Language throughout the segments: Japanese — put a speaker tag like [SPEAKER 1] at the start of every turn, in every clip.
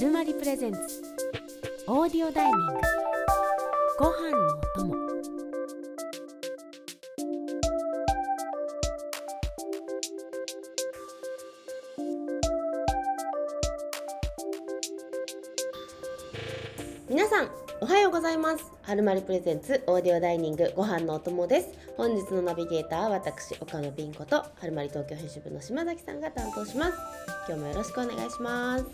[SPEAKER 1] るまりプレゼンツオーディオダイニングご飯のお供
[SPEAKER 2] 皆さんおはようございますはるまるプレゼンツオーディオダイニングご飯のお供です本日のナビゲーターは私岡野ピン子とはるまり東京編集部の島崎さんが担当します今日もよろしくお願いします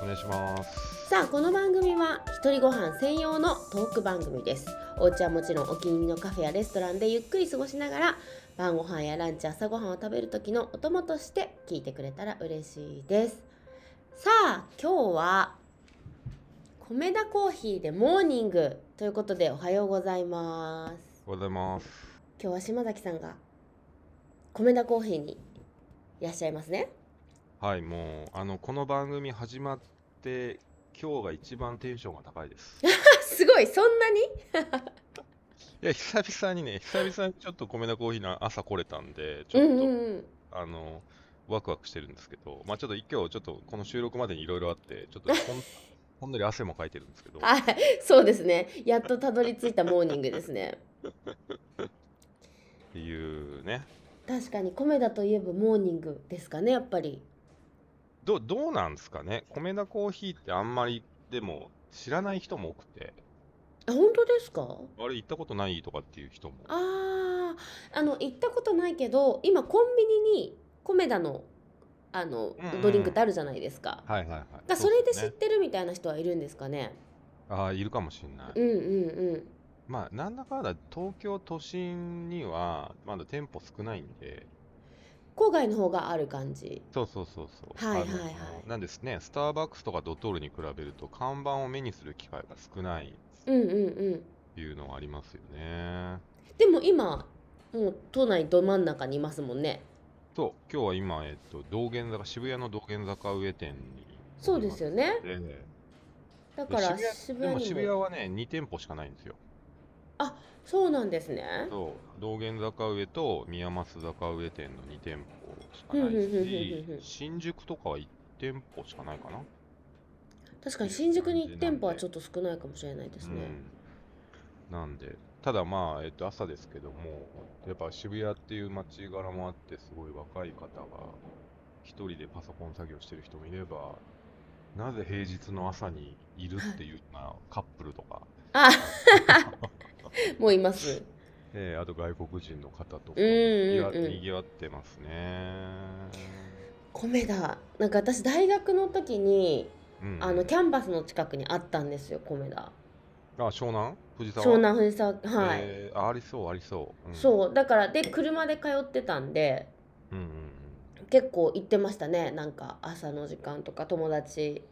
[SPEAKER 3] お願いします。
[SPEAKER 2] さあこの番組は一人ご飯専用のトーク番組ですお家はもちろんお気に入りのカフェやレストランでゆっくり過ごしながら晩ご飯やランチ朝ご飯を食べる時のお供として聞いてくれたら嬉しいですさあ今日は米田コーヒーでモーニングということでおはようございます
[SPEAKER 3] おはようございます。
[SPEAKER 2] 今日は島崎さんが米田コーヒーにいらっしゃいますね
[SPEAKER 3] はい、もうあのこの番組始まって今日が一番テンションが高いです。い
[SPEAKER 2] あすごいそんなに
[SPEAKER 3] や久々にね、久々にちょっと米田コーヒーの朝来れたんで、ち
[SPEAKER 2] う
[SPEAKER 3] ょっ
[SPEAKER 2] ん
[SPEAKER 3] と、
[SPEAKER 2] うんうん
[SPEAKER 3] あのワクワクしてるんですけど、まあちょっと今日ちょっとこの収録までにいろいろあって、ちょっ とほんほんのり汗もかいてるんですけど、
[SPEAKER 2] はい、そうですね。やっとたどり着いたモーニングですね。
[SPEAKER 3] っていうね、
[SPEAKER 2] 確かに米田といえばモーニングですかね、やっぱり。
[SPEAKER 3] どうどうなんですかね、米田コーヒーってあんまりでも知らない人も多くて、
[SPEAKER 2] あ、本当ですか？
[SPEAKER 3] あれ行ったことないとかっていう人も、
[SPEAKER 2] ああ、あの行ったことないけど、今コンビニに米田のあの
[SPEAKER 3] うんうん
[SPEAKER 2] ドリンクってあるじゃないですか。
[SPEAKER 3] はいはいはい。
[SPEAKER 2] だそれで知
[SPEAKER 3] す
[SPEAKER 2] っ
[SPEAKER 3] ね
[SPEAKER 2] てるみたいな人はいるんですかね。
[SPEAKER 3] ああ、いるかもしれない。
[SPEAKER 2] うんうんうん。
[SPEAKER 3] まあ、なんだかんだ東京都心にはまだ店舗少ないんで、
[SPEAKER 2] 郊外の方がある感じ。
[SPEAKER 3] そうそうそうそう。
[SPEAKER 2] はいはい
[SPEAKER 3] あの
[SPEAKER 2] はい
[SPEAKER 3] なんですね、スターバックスとかドトールに比べると看板を目にする機会が少ないっ
[SPEAKER 2] うんうんうん。
[SPEAKER 3] ていうのはありますよね。
[SPEAKER 2] でも今もう都内ど真ん中にいますもんね。
[SPEAKER 3] そう、今日は今、えっと、道玄坂、渋谷の道玄坂上店に
[SPEAKER 2] そうですよね。
[SPEAKER 3] で、
[SPEAKER 2] だから
[SPEAKER 3] で
[SPEAKER 2] 渋
[SPEAKER 3] でも
[SPEAKER 2] 谷に
[SPEAKER 3] 渋
[SPEAKER 2] も。
[SPEAKER 3] 谷はね、2店舗しかないんですよ。
[SPEAKER 2] そうなんですね。
[SPEAKER 3] そう、道玄坂上と宮益坂上店の2店舗しかな
[SPEAKER 2] ふんふんふんふんふん
[SPEAKER 3] いし、新宿とかは1店舗しかないかな。
[SPEAKER 2] 確かに新宿に
[SPEAKER 3] ってい
[SPEAKER 2] 1
[SPEAKER 3] う感じなんで
[SPEAKER 2] 店舗はちょっと少ないかもしれないですね。
[SPEAKER 3] うん、なんで、ただまあ、えっと、朝ですけども、やっぱ渋谷っていう街柄もあって、すごい若い方が、一人でパソコン作業してる人もいれば、なぜ平日の朝にいるっていうようなカップルとか、
[SPEAKER 2] あもういます。
[SPEAKER 3] えーあと外国人の方とか、
[SPEAKER 2] うんうんうん
[SPEAKER 3] にぎわってますね。
[SPEAKER 2] 米田なんか私大学の時に
[SPEAKER 3] うん、
[SPEAKER 2] あのキャンバスの近くにあったんですよ米田
[SPEAKER 3] あ湘南藤沢
[SPEAKER 2] 湘南藤沢はい、
[SPEAKER 3] えーあありそう、ありそう。うん、
[SPEAKER 2] そうだからで車で通ってたんで
[SPEAKER 3] うんうんうん。
[SPEAKER 2] 結構行ってましたねなんか朝の時間とか友達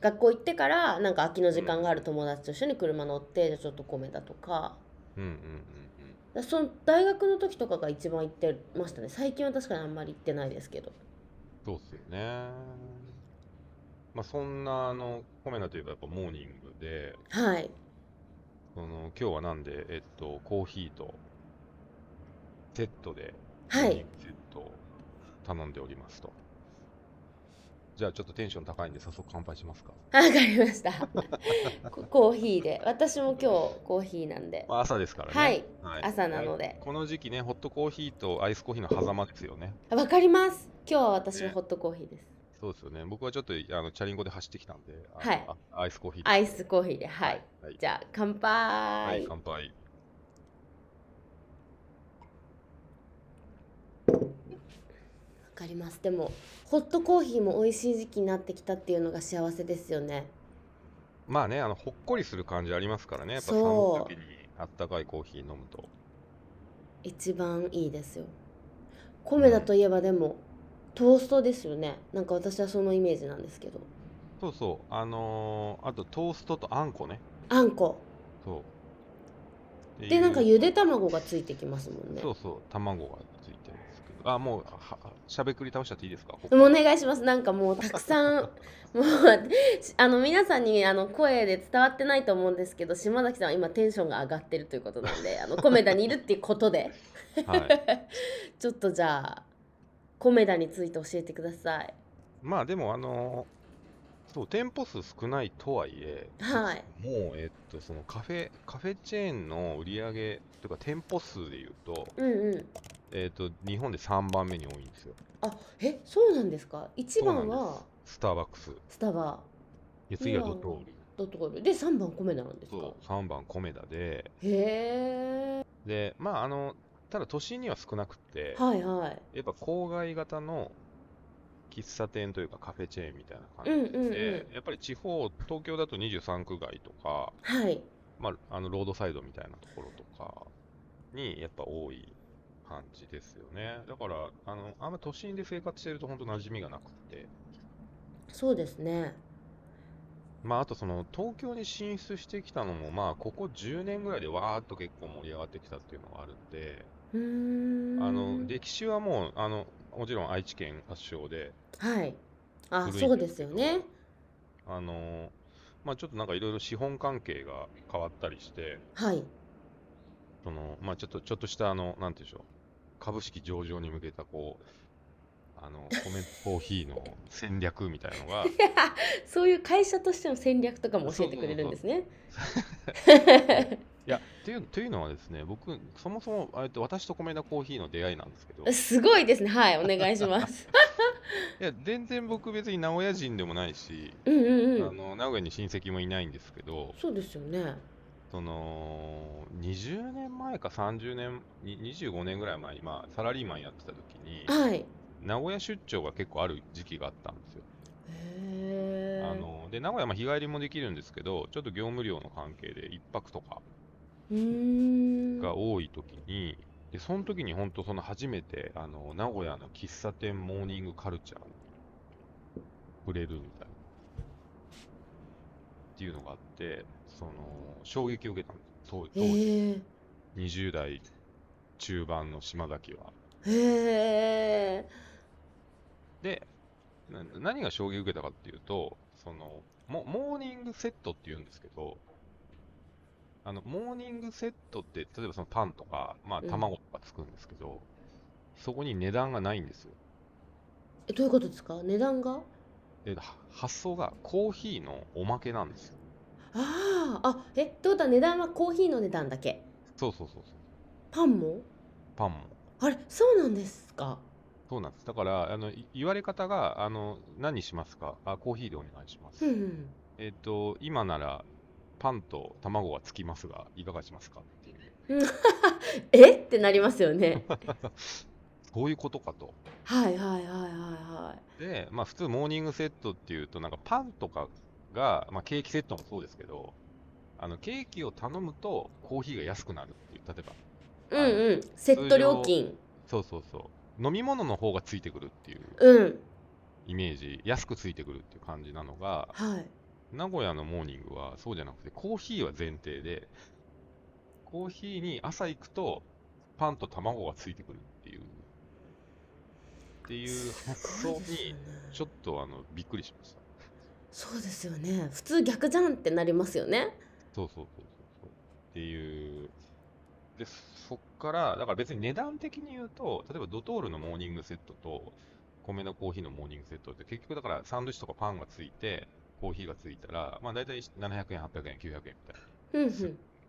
[SPEAKER 2] 学校行ってからなんか空きの時間がある友達と一緒に車乗ってじゃあちょっと米田とか
[SPEAKER 3] うんうんうんうん。
[SPEAKER 2] だその大学の時とかが一番行ってましたね最近は確かにあんまり行ってないですけど
[SPEAKER 3] そうっすよね。まあ、そんな、あの、コメナといえばやっぱモーニングで、
[SPEAKER 2] はい
[SPEAKER 3] その、今日はなんで、えっと、コーヒーと、セットで、
[SPEAKER 2] は
[SPEAKER 3] モー
[SPEAKER 2] い
[SPEAKER 3] ニングセットを頼んでおりますと。じゃあ、ちょっとテンション高いんで、早速乾杯しますか。
[SPEAKER 2] あわかりました。こコーヒーで、私も今日コーヒーなんで。
[SPEAKER 3] まあ、朝ですからね。
[SPEAKER 2] はい、
[SPEAKER 3] はい
[SPEAKER 2] 朝なので。
[SPEAKER 3] この時期ね、ホットコーヒーとアイスコーヒーの狭間ですよね。
[SPEAKER 2] あわかります。今日は私はホットコーヒーです。
[SPEAKER 3] そうですよね。僕はちょっと、あの、チャリンコで走ってきたんで、あの
[SPEAKER 2] はい
[SPEAKER 3] あアイスコーヒーで
[SPEAKER 2] アイスコーヒーで、はい。
[SPEAKER 3] はい
[SPEAKER 2] じゃあ乾
[SPEAKER 3] は
[SPEAKER 2] 杯
[SPEAKER 3] い、。乾杯。
[SPEAKER 2] わかります。でもホットコーヒーも美味しい時期になってきたっていうのが幸せですよね。
[SPEAKER 3] まあね、あの、ほっこりする感じありますからね、やっぱ寒い
[SPEAKER 2] そう
[SPEAKER 3] 時にあったかいコーヒー飲むと。
[SPEAKER 2] 一番いいですよ。米だといえばでも、トーストですよね。なんか私はそのイメージなんですけど。
[SPEAKER 3] そうそう、あのーあとトーストとあんこね。
[SPEAKER 2] あんこ。
[SPEAKER 3] そう。ってい
[SPEAKER 2] で
[SPEAKER 3] う
[SPEAKER 2] なんかゆで卵がついてきますもんね。
[SPEAKER 3] そうそう、卵がついてるんですけど。あ、もう、は、しゃべくり倒しちゃっていいですか ここ
[SPEAKER 2] もうお願いします。なんかもうたくさん、 もう、あの皆さんにあの声で伝わってないと思うんですけど、島崎さんは今テンションが上がってるということなん で、あの米田にいるっていうことで、
[SPEAKER 3] はい。
[SPEAKER 2] ちょっとじゃあ、米田について教えてください。
[SPEAKER 3] まあでも、あのーそう店舗数少ないとはいえ、
[SPEAKER 2] はい
[SPEAKER 3] もう、えっと、そのカフェ、カフェチェーンの売り上げというか、店舗数でいうと、
[SPEAKER 2] うんうん
[SPEAKER 3] えっと、日本で3番目に多いんですよ。
[SPEAKER 2] あえそうなんですか一
[SPEAKER 3] そうな
[SPEAKER 2] 番
[SPEAKER 3] んです
[SPEAKER 2] は
[SPEAKER 3] スターバックス。
[SPEAKER 2] スタバ
[SPEAKER 3] で次はドトール。
[SPEAKER 2] ドトールで3番米田なんですか
[SPEAKER 3] そう、3番コメダで、
[SPEAKER 2] へえ
[SPEAKER 3] で、まあ、あの、ただ都心には少なくて、
[SPEAKER 2] はいはい
[SPEAKER 3] やっぱ郊外型の喫茶店というかカフェチェーンみたいな
[SPEAKER 2] うん
[SPEAKER 3] 感
[SPEAKER 2] うんう
[SPEAKER 3] じで
[SPEAKER 2] ん、
[SPEAKER 3] やっぱり地方、東京だと23区外とか、
[SPEAKER 2] はい
[SPEAKER 3] まあ、あのロードサイドみたいなところとかにやっぱ多い感じですよね。だから、あの、あんま都心で生活してると本当馴染みがなくて、
[SPEAKER 2] そうですね
[SPEAKER 3] まあ、あとその東京に進出してきたのも、まあ、ここ10年ぐらいでわーっと結構盛り上がってきたっていうのがあるんで、
[SPEAKER 2] うーん
[SPEAKER 3] あの、歴史はもう、あの、もちろん愛知県発祥で、
[SPEAKER 2] はいあ
[SPEAKER 3] 古いんです
[SPEAKER 2] そうですよね
[SPEAKER 3] あの、まあ、ちょっとなんかいろいろ資本関係が変わったりして、
[SPEAKER 2] はい
[SPEAKER 3] その、まあ、ちょっと、ちょっとした、あの、なんていうんでしょう、株式上場に向けた、こう、あの、コメントコーヒーの戦略みたいのが、
[SPEAKER 2] そういう会社としての戦略とかも教えてくれるんですね。
[SPEAKER 3] いや、という、というのはですね、僕、そもそも、えっと、私とコメダコーヒーの出会いなんですけど、い
[SPEAKER 2] すごいですね。はい、お願いし ます。
[SPEAKER 3] や、全然僕、別に名古屋人でもないし、
[SPEAKER 2] うんうんう
[SPEAKER 3] あ
[SPEAKER 2] ん。
[SPEAKER 3] の、名古屋に親戚もいないんですけど、
[SPEAKER 2] そうですよね。
[SPEAKER 3] その、20年前か30年、に25年ぐらい前に、まあ、サラリーマンやってた時に、
[SPEAKER 2] はい。
[SPEAKER 3] 名古屋出張が結構ある時期があったんですよ。
[SPEAKER 2] へー
[SPEAKER 3] あので名古屋も日帰りもできるんですけど、ちょっと業務量の関係で1泊とか
[SPEAKER 2] うーん。
[SPEAKER 3] が多いときに、でその時に本当、その初めてあの名古屋の喫茶店モーニングカルチャーに触れるみたいな。っていうのがあって、その衝撃を受けたんです当当
[SPEAKER 2] へ
[SPEAKER 3] 時、
[SPEAKER 2] ー
[SPEAKER 3] 20代中盤の島崎は。
[SPEAKER 2] へー
[SPEAKER 3] で、な何が衝撃を受けたかっていうと、そのモモーニングセットっていうんですけど、あのモーニングセットって、例えばそのパンとか、まあ、
[SPEAKER 2] うん
[SPEAKER 3] 卵とかつくんですけど、そこに値段がないんですよ。
[SPEAKER 2] え、どういうことですか値段が
[SPEAKER 3] では発想がコーヒーのおまけなんですよ。
[SPEAKER 2] ああ、あ、え、ってことは値段はコーヒーの値段だけ。
[SPEAKER 3] そうそうそうそう。
[SPEAKER 2] パンも
[SPEAKER 3] パンも。
[SPEAKER 2] あれ、そうなんですか
[SPEAKER 3] そうなんです。だから、あのい言われ方が、あの何にしますかあ、コーヒーでお願いしま
[SPEAKER 2] うんう
[SPEAKER 3] す。
[SPEAKER 2] ん。
[SPEAKER 3] えっと、今ならパンと卵はつきますが、いかがしますかっていう。
[SPEAKER 2] えってなりますよ ね。
[SPEAKER 3] どういうことかと。
[SPEAKER 2] はいはいはいはいは
[SPEAKER 3] で、まあ、普通、モーニングセットっていうと、なんかパンとかが、まあ、ケーキセットもそうですけど、あのケーキを頼むとコーヒーが安くなるっていう、例えば、
[SPEAKER 2] い。うんうん。セット料金。
[SPEAKER 3] そうそうそう、飲み物の方がついてくるっていう
[SPEAKER 2] うん。
[SPEAKER 3] イメージ、安くついてくるっていう感じなのが、
[SPEAKER 2] はい。
[SPEAKER 3] 名古屋のモーニングはそうじゃなくて、コーヒーは前提で、コーヒーに朝行くと、パンと卵がついてくるっていう、っていう発想に、ちょっとあのびっくりしました。
[SPEAKER 2] そうですよね普通逆じゃんってなりますよね
[SPEAKER 3] そうそうそうそうそう。っていう。で、そっから、だから別に値段的に言うと、例えばドトールのモーニングセットと、米のコーヒーのモーニングセットって、結局だからサンドイッチとかパンがついて、コーヒーがついたら、まあ大体700円、800円、900円みたい
[SPEAKER 2] うんうん
[SPEAKER 3] な。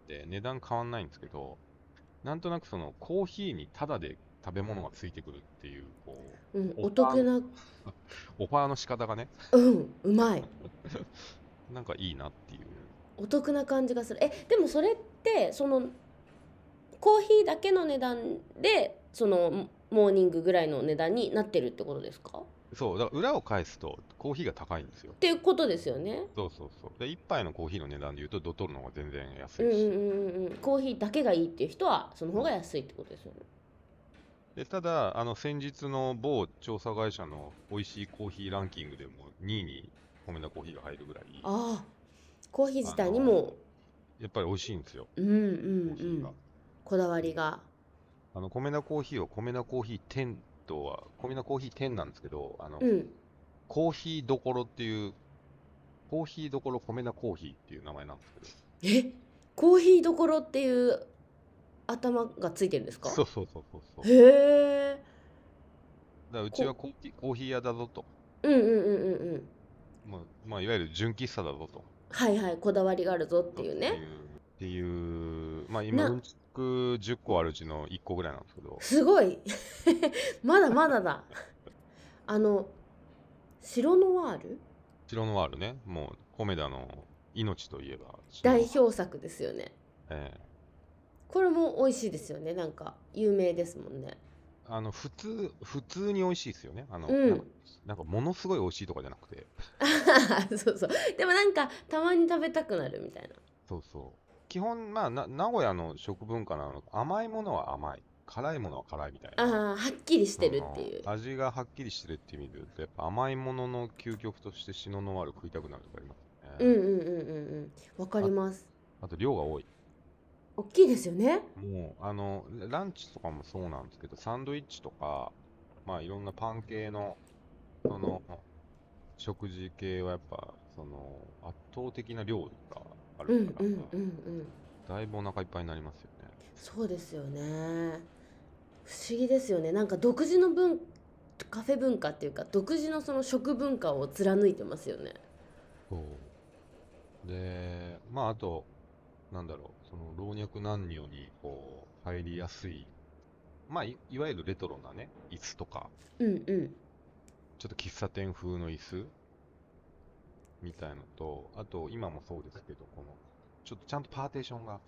[SPEAKER 3] で、値段変わんないんですけど、なんとなくそのコーヒーにタダで食べ物がついてくるっていう、こう、
[SPEAKER 2] うん、
[SPEAKER 3] お
[SPEAKER 2] お得な、
[SPEAKER 3] オファーの仕方がね、
[SPEAKER 2] うん、うまい
[SPEAKER 3] なんかいいなっていう。
[SPEAKER 2] お得な感じがするえでもそれってそのコーヒーだけの値段でそのモーニングぐらいの値段になってるってことですかっ
[SPEAKER 3] そう、だから裏を返すと、コーヒーが高いんですよ。
[SPEAKER 2] ていうことですよね
[SPEAKER 3] そうそうそう。で、一杯のコーヒーの値段で言うと、ドトールの方が全然
[SPEAKER 2] う
[SPEAKER 3] 安
[SPEAKER 2] んう
[SPEAKER 3] い
[SPEAKER 2] ん
[SPEAKER 3] し。
[SPEAKER 2] うんうんコーヒーだけがいいっていう人はその方が安いってことですよね
[SPEAKER 3] で、ただ、あの、先日の某調査会社の美味しいコーヒーランキングでも2位に米田コーヒーが入るぐらい、
[SPEAKER 2] ああコーヒー自体にも
[SPEAKER 3] やっぱり美味しいんですよ、
[SPEAKER 2] うんうん
[SPEAKER 3] コーヒ
[SPEAKER 2] う
[SPEAKER 3] ー
[SPEAKER 2] ん
[SPEAKER 3] が。
[SPEAKER 2] こだわりが
[SPEAKER 3] あの、米田コーヒーを米田コーヒー店とは、米田コーヒー店なんですけど、あの、
[SPEAKER 2] うん
[SPEAKER 3] コーヒーどころっていう、コーヒーどころ米田コーヒーっていう名前なんですけど、
[SPEAKER 2] えコーヒーどころっていう頭がついてるんですか
[SPEAKER 3] そうそうそうそうそう。だか
[SPEAKER 2] へえ
[SPEAKER 3] らうちはコーヒーコーヒー屋だぞと、
[SPEAKER 2] うんうんうんうんうん
[SPEAKER 3] もうまあ、いわゆる純喫茶だぞと。
[SPEAKER 2] はいはいこだわりがあるぞっていう
[SPEAKER 3] って
[SPEAKER 2] ね
[SPEAKER 3] いう、っていうまあ今、
[SPEAKER 2] な
[SPEAKER 3] うんちく10個あるうちの1個ぐらいなんですけど、
[SPEAKER 2] すごい まだまだだあの白ノワール
[SPEAKER 3] 白ノワールね、もう、コメダの命といえば、
[SPEAKER 2] 代表作ですよね
[SPEAKER 3] ええ
[SPEAKER 2] これも美味しいですよねなんか有名ですもんね
[SPEAKER 3] あの普通、普通に美味しいですよね。あの、
[SPEAKER 2] うん
[SPEAKER 3] なんか、なんかものすごい美味しいとかじゃなくて、
[SPEAKER 2] そうそうでもなんかたまに食べたくなるみたいな
[SPEAKER 3] そうそう。基本、まあ、な名古屋の食文化なの甘いものは甘い、辛いものは辛いみたいな。
[SPEAKER 2] あーはっきりしてるっていう
[SPEAKER 3] あの味がはっきりしてるって意味で言うと、やっぱ甘いものの究極としてシノノワール食いたくなるとかあります
[SPEAKER 2] う
[SPEAKER 3] よ
[SPEAKER 2] ん
[SPEAKER 3] ね。
[SPEAKER 2] うんうんうんうんわかります
[SPEAKER 3] あと量が多い。
[SPEAKER 2] 大きいですよね
[SPEAKER 3] もう、あの、ランチとかもそうなんですけど、サンドイッチとか、まあいろんなパン系の、その、食事系はやっぱ、その、圧倒的な量があ
[SPEAKER 2] うん
[SPEAKER 3] る
[SPEAKER 2] う
[SPEAKER 3] から、
[SPEAKER 2] んうんうん
[SPEAKER 3] だいぶお腹いっぱいになりますよね。
[SPEAKER 2] そうですよね不思議ですよねなんか独自の文カフェ文化っていうか独自のその食文化を貫いてますよね
[SPEAKER 3] そう。で、まああと、なんだろう、その老若男女にこう、入りやすい、まあい、いわゆるレトロなね、椅子とか、
[SPEAKER 2] うんうん
[SPEAKER 3] ちょっと喫茶店風の椅子みたいのと、あと今もそうですけど、この、ちょっとちゃんとパーテーションが、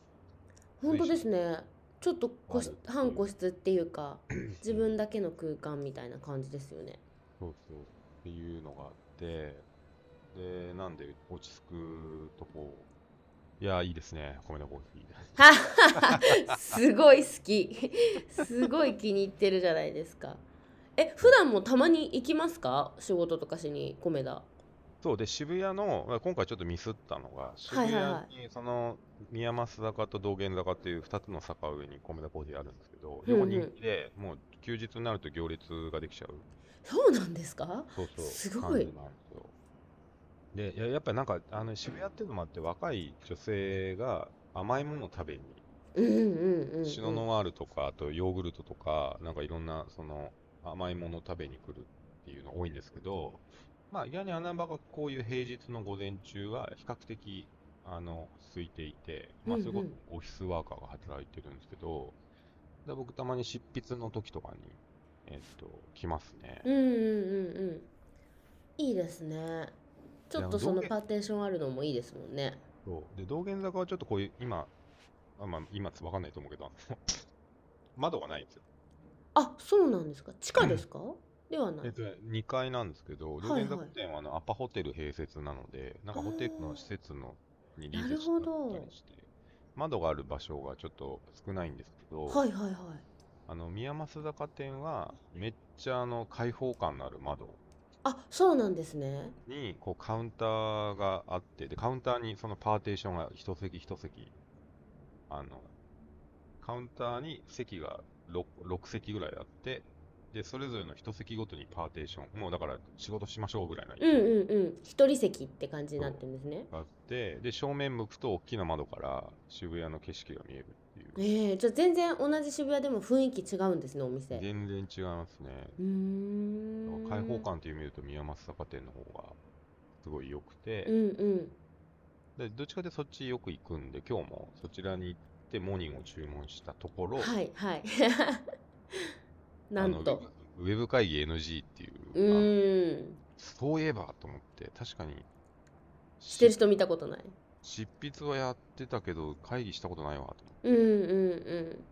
[SPEAKER 2] 本当ですねちょっと個室
[SPEAKER 3] あるっていう
[SPEAKER 2] 半個室っていうか自分だけの空間みたいな感じですよね
[SPEAKER 3] そうそう、っていうのがあって、で、なんで落ち着くとこ、いや、いいですね、米のコーヒー。
[SPEAKER 2] すごい好きすごい気に入ってるじゃないですかえ普段もたまに行きますか仕事とかしに米田
[SPEAKER 3] そうで、渋谷の、まあ今回ちょっとミスったのが、渋谷
[SPEAKER 2] はいは
[SPEAKER 3] にその、宮益坂と道玄坂っていう2つの坂上に米田コーヒーあるんですけ
[SPEAKER 2] う
[SPEAKER 3] ど、
[SPEAKER 2] んうん
[SPEAKER 3] 両方人気で、もう休日になると行列ができちゃう。
[SPEAKER 2] そうなんですか
[SPEAKER 3] そうそう。
[SPEAKER 2] すごい
[SPEAKER 3] 感じなんですよで、ややっぱりなんか、あの渋谷っていうのもあって、若い女性が甘いものを食べに、
[SPEAKER 2] うんうんうん、うん、
[SPEAKER 3] シノノワールとか、あとヨーグルトとか、なんかいろんなその甘いものを食べに来るっていうの多いんですけど、まあ、意外に穴場がこういう平日の午前中は比較的、あの、空いていて、まあ、
[SPEAKER 2] うん
[SPEAKER 3] そ
[SPEAKER 2] うん
[SPEAKER 3] れこそオフィスワーカーが働いてるんですけど、で僕たまに執筆の時とかに、えっと、来ますね。
[SPEAKER 2] うんうんうんうんいいですねちょっとそ
[SPEAKER 3] いやど
[SPEAKER 2] の
[SPEAKER 3] う
[SPEAKER 2] パーテーションあるのもいいですもんね
[SPEAKER 3] そう。で、道玄坂はちょっとこういう、今、あまあ、今、わかんないと思うけど、 窓がないんですよ。
[SPEAKER 2] あそうなんですか地下ですかではな
[SPEAKER 3] えっ
[SPEAKER 2] い
[SPEAKER 3] と、2階なんですけど、
[SPEAKER 2] はい
[SPEAKER 3] 道玄坂店はあのアパホテル併設なので、なんかホテル
[SPEAKER 2] あー
[SPEAKER 3] の施設のにリースしてもらったりして、窓がある場所がちょっと少ないんですけど、
[SPEAKER 2] はいはいはい
[SPEAKER 3] あの、宮益坂店は、めっちゃあの、開放感のある窓
[SPEAKER 2] あそうなんですね
[SPEAKER 3] に、こう、カウンターがあって、で、カウンターにそのパーテーションが一席一席、あの、カウンターに席が 6, 6席ぐらいあって、で、それぞれの一席ごとにパーテーション、もうだから仕事しましょうぐらいな
[SPEAKER 2] うんうんうん一人席って感じになってるんですね
[SPEAKER 3] があって、で、正面向くと大きな窓から渋谷の景色が見えるっていう。
[SPEAKER 2] ええじゃあ全然同じ渋谷でも雰囲気違うんですねお店う
[SPEAKER 3] 全然違いますね。
[SPEAKER 2] ーん
[SPEAKER 3] 開放感っていう意味で言うと宮益坂店の方がすごい良くて、
[SPEAKER 2] うんうん
[SPEAKER 3] でどっちかでそっちよく行くんで、今日もそちらに行ってモーニングを注文したところ、
[SPEAKER 2] はいはい な
[SPEAKER 3] あの
[SPEAKER 2] んと
[SPEAKER 3] ウェブウェブ会議 NG っていうう、あ
[SPEAKER 2] ーん
[SPEAKER 3] そういえばと思って、確かに
[SPEAKER 2] してる人見たことない
[SPEAKER 3] 執筆はやってたけど、会議したことないわと
[SPEAKER 2] うんうんうん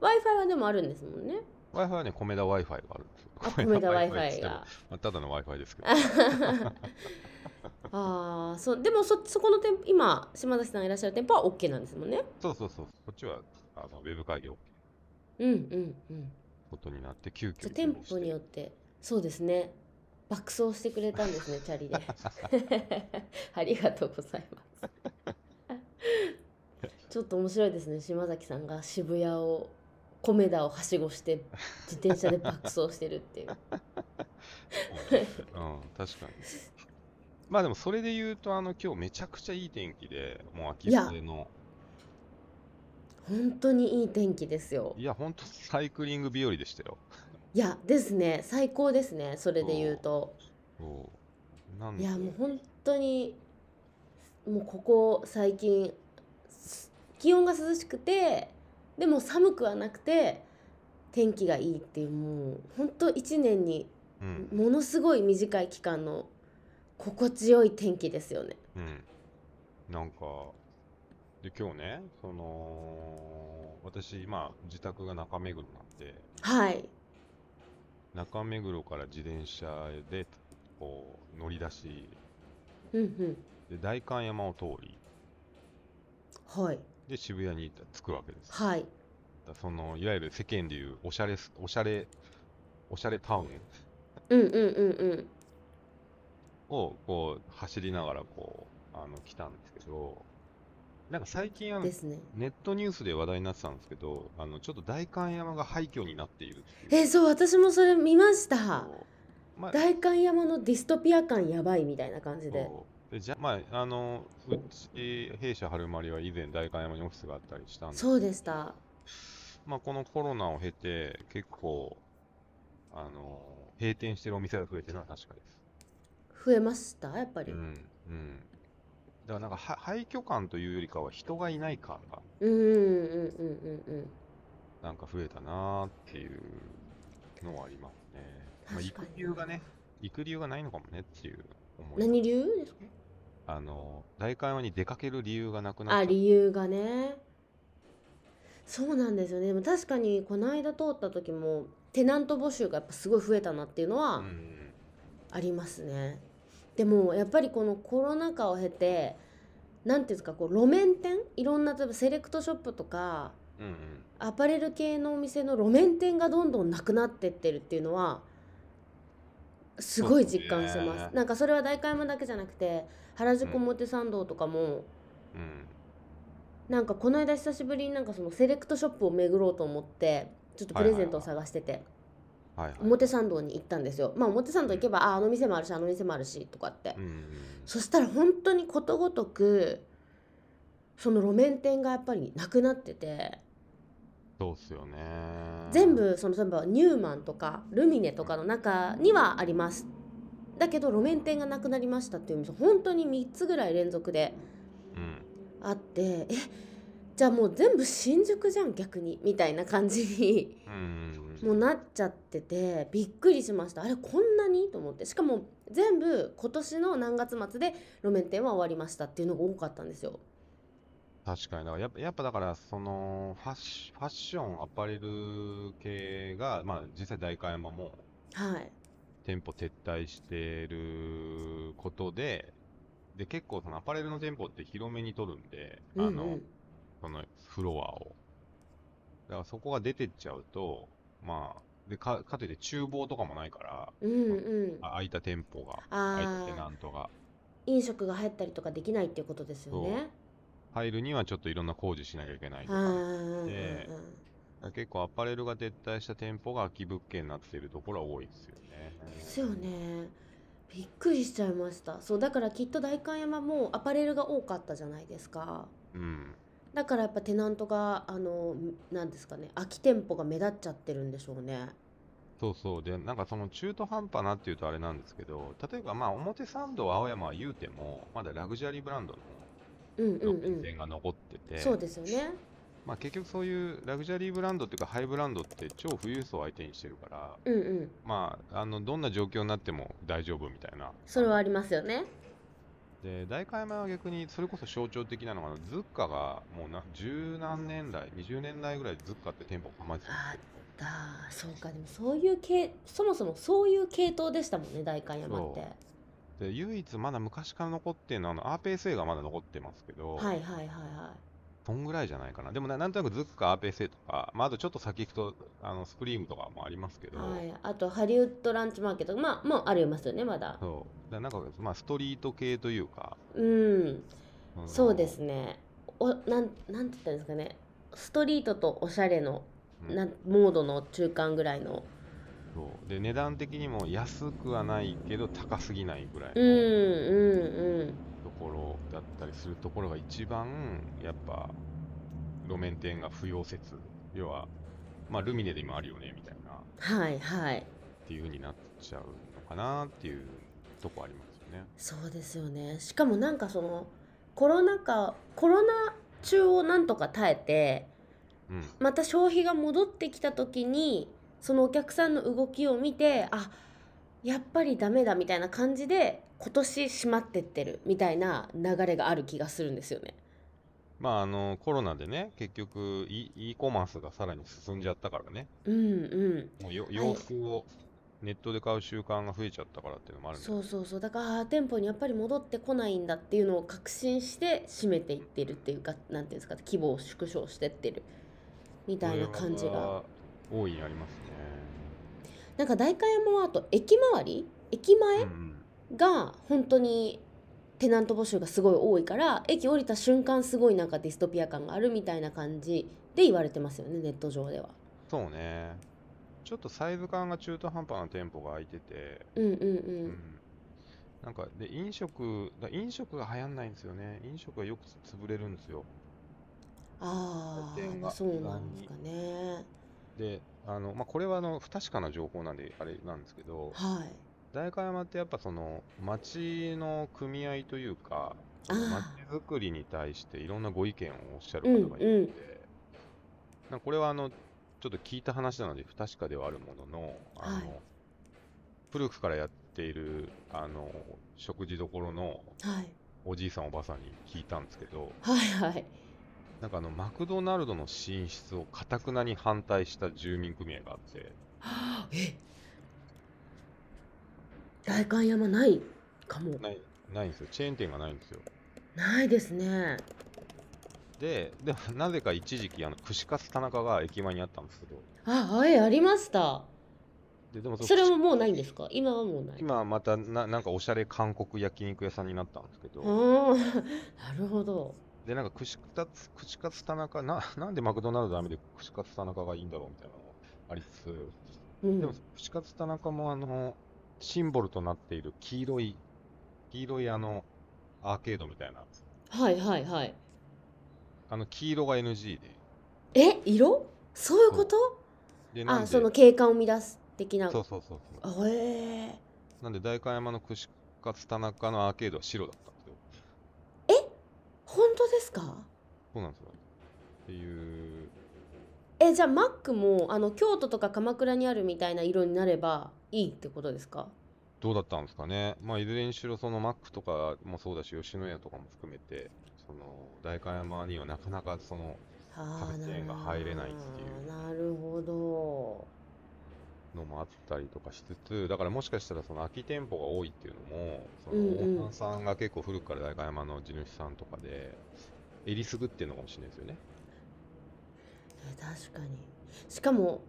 [SPEAKER 2] w i f i はでもあるんですもん ね
[SPEAKER 3] Wi-Fi はね、コメダ Wi-Fi があるんですよ。
[SPEAKER 2] あコメダ w i
[SPEAKER 3] 米
[SPEAKER 2] f i
[SPEAKER 3] 田 Wi-Fi っつっても
[SPEAKER 2] が
[SPEAKER 3] まあ、ただの Wi-Fi ですけ ど。
[SPEAKER 2] ああそうでもそそこの店舗今島崎さんいらっしゃる店舗は OK なんですもんね
[SPEAKER 3] そうそうそう。こっちは、あの、ウェブ会議を
[SPEAKER 2] うんうんうん
[SPEAKER 3] ことになって、急遽
[SPEAKER 2] じゃ
[SPEAKER 3] 移
[SPEAKER 2] あ
[SPEAKER 3] 動
[SPEAKER 2] 店舗によ
[SPEAKER 3] し。
[SPEAKER 2] っててそうですね爆走してくれたん ですねチャリで ありがとうござい ますちょっと面白いですね島崎さんが渋谷を米田をはしごして自転車で爆走してるっていう
[SPEAKER 3] うん、確かに。まあでも、それで言うと、あの、今日めちゃくちゃいい天気で、もう秋晴れの、
[SPEAKER 2] 本当にいい天気ですよ
[SPEAKER 3] いや、本当サイクリング日和でしたよ。
[SPEAKER 2] いやですね最高ですねそれで言うと
[SPEAKER 3] そう。なん
[SPEAKER 2] い
[SPEAKER 3] で、
[SPEAKER 2] やもう本当にもうここ最近す気温が涼しくてでも寒くはなくて天気がいいっていうもう本当1年に
[SPEAKER 3] うん、
[SPEAKER 2] ものすごい短い期間の心地よい天気ですよね。
[SPEAKER 3] うん。なんか、で、今日ね、その、私、今、自宅が中目黒なんで、
[SPEAKER 2] はい
[SPEAKER 3] 中目黒から自転車で、こう、乗り出し、
[SPEAKER 2] うんうん
[SPEAKER 3] で、代官山を通り、
[SPEAKER 2] はい
[SPEAKER 3] で、渋谷に行った着くわけです。
[SPEAKER 2] はい
[SPEAKER 3] だその、いわゆる世間でいう、おしゃれす、おしゃれ、おしゃれタウン
[SPEAKER 2] うんうんうんうん
[SPEAKER 3] を、こう、走りながら、こう、あの、来たんですけど、なんか最近、あの
[SPEAKER 2] で、すね。
[SPEAKER 3] ネットニュースで話題になってたんですけど、あのちょっと代官山が廃墟になっているっていう。
[SPEAKER 2] えそう私もそれ見まし
[SPEAKER 3] そ
[SPEAKER 2] た。
[SPEAKER 3] うまあ、
[SPEAKER 2] 代官山のディストピア感やばいみたいな感じで。
[SPEAKER 3] そうでじゃまあ、あのうち、弊社春まりは以前、代官山にオフィスがあったりしたんです
[SPEAKER 2] そうでした。
[SPEAKER 3] まあ、このコロナを経て、結構、あの閉店してるお店が増えてるのは確かです。
[SPEAKER 2] 増えましたやっぱり。
[SPEAKER 3] う、
[SPEAKER 2] うん
[SPEAKER 3] うん。だからなんかは廃墟感というよりかは、人がいない感が、
[SPEAKER 2] んうんうんうんうんうん。
[SPEAKER 3] なんか増えたなーっていうのはありますね。まあ、
[SPEAKER 2] 確か
[SPEAKER 3] 育
[SPEAKER 2] に
[SPEAKER 3] 休がね、育流がないのかもねっていう思い。
[SPEAKER 2] 何理由ですか
[SPEAKER 3] あの、大会に出かける理由がなくなっちゃ
[SPEAKER 2] あ
[SPEAKER 3] う
[SPEAKER 2] 理由がねそうなんですよねでも確かにこの間通った時もテナント募集がやっぱすごい増えたなっていうの
[SPEAKER 3] う
[SPEAKER 2] は
[SPEAKER 3] ん
[SPEAKER 2] ありますね、でもやっぱりこのコロナ禍を経てなんていうんですかこう路面店いろんな例えばセレクトショップとか
[SPEAKER 3] うんうん。
[SPEAKER 2] アパレル系のお店の路面店がどんどんなくなってってるっていうのはすごい実感して
[SPEAKER 3] そう
[SPEAKER 2] ま
[SPEAKER 3] ですすね
[SPEAKER 2] なんかそれは代官山だけじゃなくて原宿表参道とかも、
[SPEAKER 3] うんうん。
[SPEAKER 2] なんかこの間久しぶりになんかそのセレクトショップを巡ろうと思ってちょっとプレゼントを探してて、
[SPEAKER 3] はいはい。
[SPEAKER 2] 表参道に行ったんですよまあ表参道行けば、あああの店もあるしあの店もあるしとかって、
[SPEAKER 3] うんうん。
[SPEAKER 2] そしたら本当にことごとくその路面店がやっぱりなくなってて
[SPEAKER 3] そうっすよね。
[SPEAKER 2] 全。部その例えばニューマンとかルミネとかの中にはありますだけど路面店がなくなりましたっていうお店本当に3つぐらい連続で
[SPEAKER 3] うん。
[SPEAKER 2] あってえじゃあもう全部新宿じゃん逆にみたいな感じに
[SPEAKER 3] うんうん。
[SPEAKER 2] もうなっちゃっててびっくりしましたあれこんなにと思ってしかも全部今年の何月末で路面店は終わりましたっていうのが多かったんですよ。
[SPEAKER 3] 確かに。だからやっぱ、やっぱだから、その、ファッシファッション、アパレル系が、まあ、実際代官山も
[SPEAKER 2] はい、
[SPEAKER 3] 店舗撤退してることで、で、結構そのアパレルの店舗って広めに取るんで、あの、
[SPEAKER 2] うんうん
[SPEAKER 3] そのフロアを。だからそこが出てっちゃうと、まあ、でかかといって厨房とかもないから、
[SPEAKER 2] うんうん、
[SPEAKER 3] あ空いた店舗が、空いたテナ
[SPEAKER 2] あー
[SPEAKER 3] ントが、
[SPEAKER 2] 飲食が入ったりとかできないっていうことですよね。
[SPEAKER 3] 入るにはちょっといろんな工事しなきゃいけないと
[SPEAKER 2] あ
[SPEAKER 3] かね、だか
[SPEAKER 2] ー
[SPEAKER 3] でら結構アパレルが撤退した店舗が空き物件になっているところは多いですよね。
[SPEAKER 2] ですよねびっくりしちゃいましたそうだからきっと代官山もアパレルが多かったじゃないですか
[SPEAKER 3] うん。
[SPEAKER 2] だからやっぱテナントがあのなんですかね空き店舗が目立っちゃってるんでしょうね
[SPEAKER 3] そうそう。で、なんかその中途半端なっていうとあれなんですけど、例えばまあ表参道青山は言うても、まだラグジュアリーブランド
[SPEAKER 2] うんう
[SPEAKER 3] の
[SPEAKER 2] んう
[SPEAKER 3] 路面
[SPEAKER 2] ん
[SPEAKER 3] 店が残ってて、
[SPEAKER 2] そうですよね
[SPEAKER 3] まあ、結局そういうラグジュアリーブランドっていうかハイブランドって超富裕層を相手にしてるから、
[SPEAKER 2] うんうん
[SPEAKER 3] まあ、あのどんな状況になっても大丈夫みたいな
[SPEAKER 2] それはありますよね
[SPEAKER 3] で代官山は逆にそれこそ象徴的なのがズッカがもうな十何年来20年来ぐらいズッカって店舗構えてたんです
[SPEAKER 2] だそうかでもそういう系そもそもそういう系統でしたもんね代官山って
[SPEAKER 3] よで唯一まだ昔から残ってるのはあの RPSA がまだ残ってますけど、
[SPEAKER 2] はいはいはいは
[SPEAKER 3] そんぐらいじゃないかなでもななんとなくズッカ RPSA とか、まあ、あとちょっと先行くとあのスプリームとかもありますけ
[SPEAKER 2] い
[SPEAKER 3] ど、
[SPEAKER 2] はいあとハリウッドランチマーケットまあもうありますよねまだ
[SPEAKER 3] そうだからなんか、まあ、ストリート系というか
[SPEAKER 2] うん
[SPEAKER 3] の
[SPEAKER 2] そうですね。おなんなんて言ったらいいんですかね。ストリートとおしゃれの、
[SPEAKER 3] うん
[SPEAKER 2] なんモードの中間ぐらいの。
[SPEAKER 3] そうで値段的にも安くはないけど高すぎないぐらい
[SPEAKER 2] うん
[SPEAKER 3] の
[SPEAKER 2] うんうん。
[SPEAKER 3] ところだったりするところが一番やっぱ路面店が不要説要はまあルミネで今あるよねみたいなっ
[SPEAKER 2] はいはい。
[SPEAKER 3] ていう風になっちゃうのかなっていうとこありますよね。
[SPEAKER 2] そうですよねしかもなんかそのコロナ禍コロナ中をなんとか耐えて
[SPEAKER 3] うん。
[SPEAKER 2] また消費が戻ってきた時にそのお客さんの動きを見てあやっぱりダメだみたいな感じで今年閉まってってるみたいな流れがある気がするんですよね。
[SPEAKER 3] まあ、あの、コロナでね、結局、e, e コマースがさらに進んじゃったからね。
[SPEAKER 2] うんうん、
[SPEAKER 3] もうよ洋服をネットで買う習慣が増えちゃったからっていうのもあるんだよ
[SPEAKER 2] そうそうそうだからあー店舗にやっぱり戻ってこないんだっていうのを確信して閉めていってるっていうかなんていうんですか規模を縮小してってるみたいな感じ
[SPEAKER 3] これ
[SPEAKER 2] が
[SPEAKER 3] は大いにあります
[SPEAKER 2] なんか代官山はあと駅周り駅前、
[SPEAKER 3] ね。うんうん
[SPEAKER 2] が本当にテナント募集がすごい多いから駅降りた瞬間すごいなんかディストピア感があるみたいな感じで言われてますよねネット上では。
[SPEAKER 3] そうね。ちょっとサイズ感が中途半端な店舗が空いてて、
[SPEAKER 2] うんうん
[SPEAKER 3] う
[SPEAKER 2] うん
[SPEAKER 3] んなんか、で、飲食、だ飲食が流行んないんですよね。飲食がよく潰れるんですよ。
[SPEAKER 2] あ
[SPEAKER 3] 店
[SPEAKER 2] ー、
[SPEAKER 3] が
[SPEAKER 2] まあそうなんですかね
[SPEAKER 3] で、あの、まあ、これはあの、不確かな情報なんで、あれなんですけど、
[SPEAKER 2] はい
[SPEAKER 3] 代官山ってやっぱその、町の組合というか、
[SPEAKER 2] あ
[SPEAKER 3] その
[SPEAKER 2] ー
[SPEAKER 3] 町づくりに対していろんなご意見をおっしゃる方がいて、
[SPEAKER 2] うんうん
[SPEAKER 3] なんかこれはあの、ちょっと聞いた話なので不確かではあるものの、あの、
[SPEAKER 2] はい
[SPEAKER 3] 古くからやっている、あの、食事どころの
[SPEAKER 2] はい
[SPEAKER 3] おじいさんおばあさんに聞いたんですけど、
[SPEAKER 2] はいはい
[SPEAKER 3] なんかあの、マクドナルドの進出をかたくなに反対した住民組合があって、
[SPEAKER 2] はあえ代官山ないかも
[SPEAKER 3] ない、ないんですよ。チェーン店がないんですよ。
[SPEAKER 2] ないですね
[SPEAKER 3] で、で なぜか一時期、あの、串カツ田中が駅前にあったんですけど、
[SPEAKER 2] あはいありました
[SPEAKER 3] で、でもの
[SPEAKER 2] それももうないんですか今はもうない
[SPEAKER 3] 今またな、なんかおしゃれ韓国焼肉屋さんになったんですけど、
[SPEAKER 2] あーなるほど
[SPEAKER 3] で、なんか串カツ、串カツ田中、な、なんでマクドナルドダメで串カツ田中がいいんだろうみたいなのもありつつ、
[SPEAKER 2] うん
[SPEAKER 3] でも串カツ田中もあの、シンボルとなっている黄色い、黄色いあの、アーケードみたいな、
[SPEAKER 2] はいはいはい。
[SPEAKER 3] あの黄色が NG で、
[SPEAKER 2] え、色？そういうこと？
[SPEAKER 3] で、なん
[SPEAKER 2] あ、
[SPEAKER 3] で、
[SPEAKER 2] その景観を乱す的な。
[SPEAKER 3] そうそうそうそう。
[SPEAKER 2] あ、ええ
[SPEAKER 3] なんで、代官山の串カツ田中のアーケードは白だったんですよ。
[SPEAKER 2] 本当ですか？
[SPEAKER 3] そうなんですよ。っていう、
[SPEAKER 2] え、じゃあマックもあの京都とか鎌倉にあるみたいな色になればいいってことですか？
[SPEAKER 3] どうだったんですかね。まあ、いずれにしろ、そのマックとかもそうだし、吉野家とかも含めて、その、代官山にはなかなか、その、
[SPEAKER 2] あー
[SPEAKER 3] 各店が入れないっていう
[SPEAKER 2] なるほど。
[SPEAKER 3] のもあったりとかしつつ、だからもしかしたら、その空き店舗が多いっていうのも、その、
[SPEAKER 2] うんうん
[SPEAKER 3] オーナーさんが結構古くから代官山の地主さんとかで、えりすぐっていうのかもしれないですよね。
[SPEAKER 2] え確かにしかも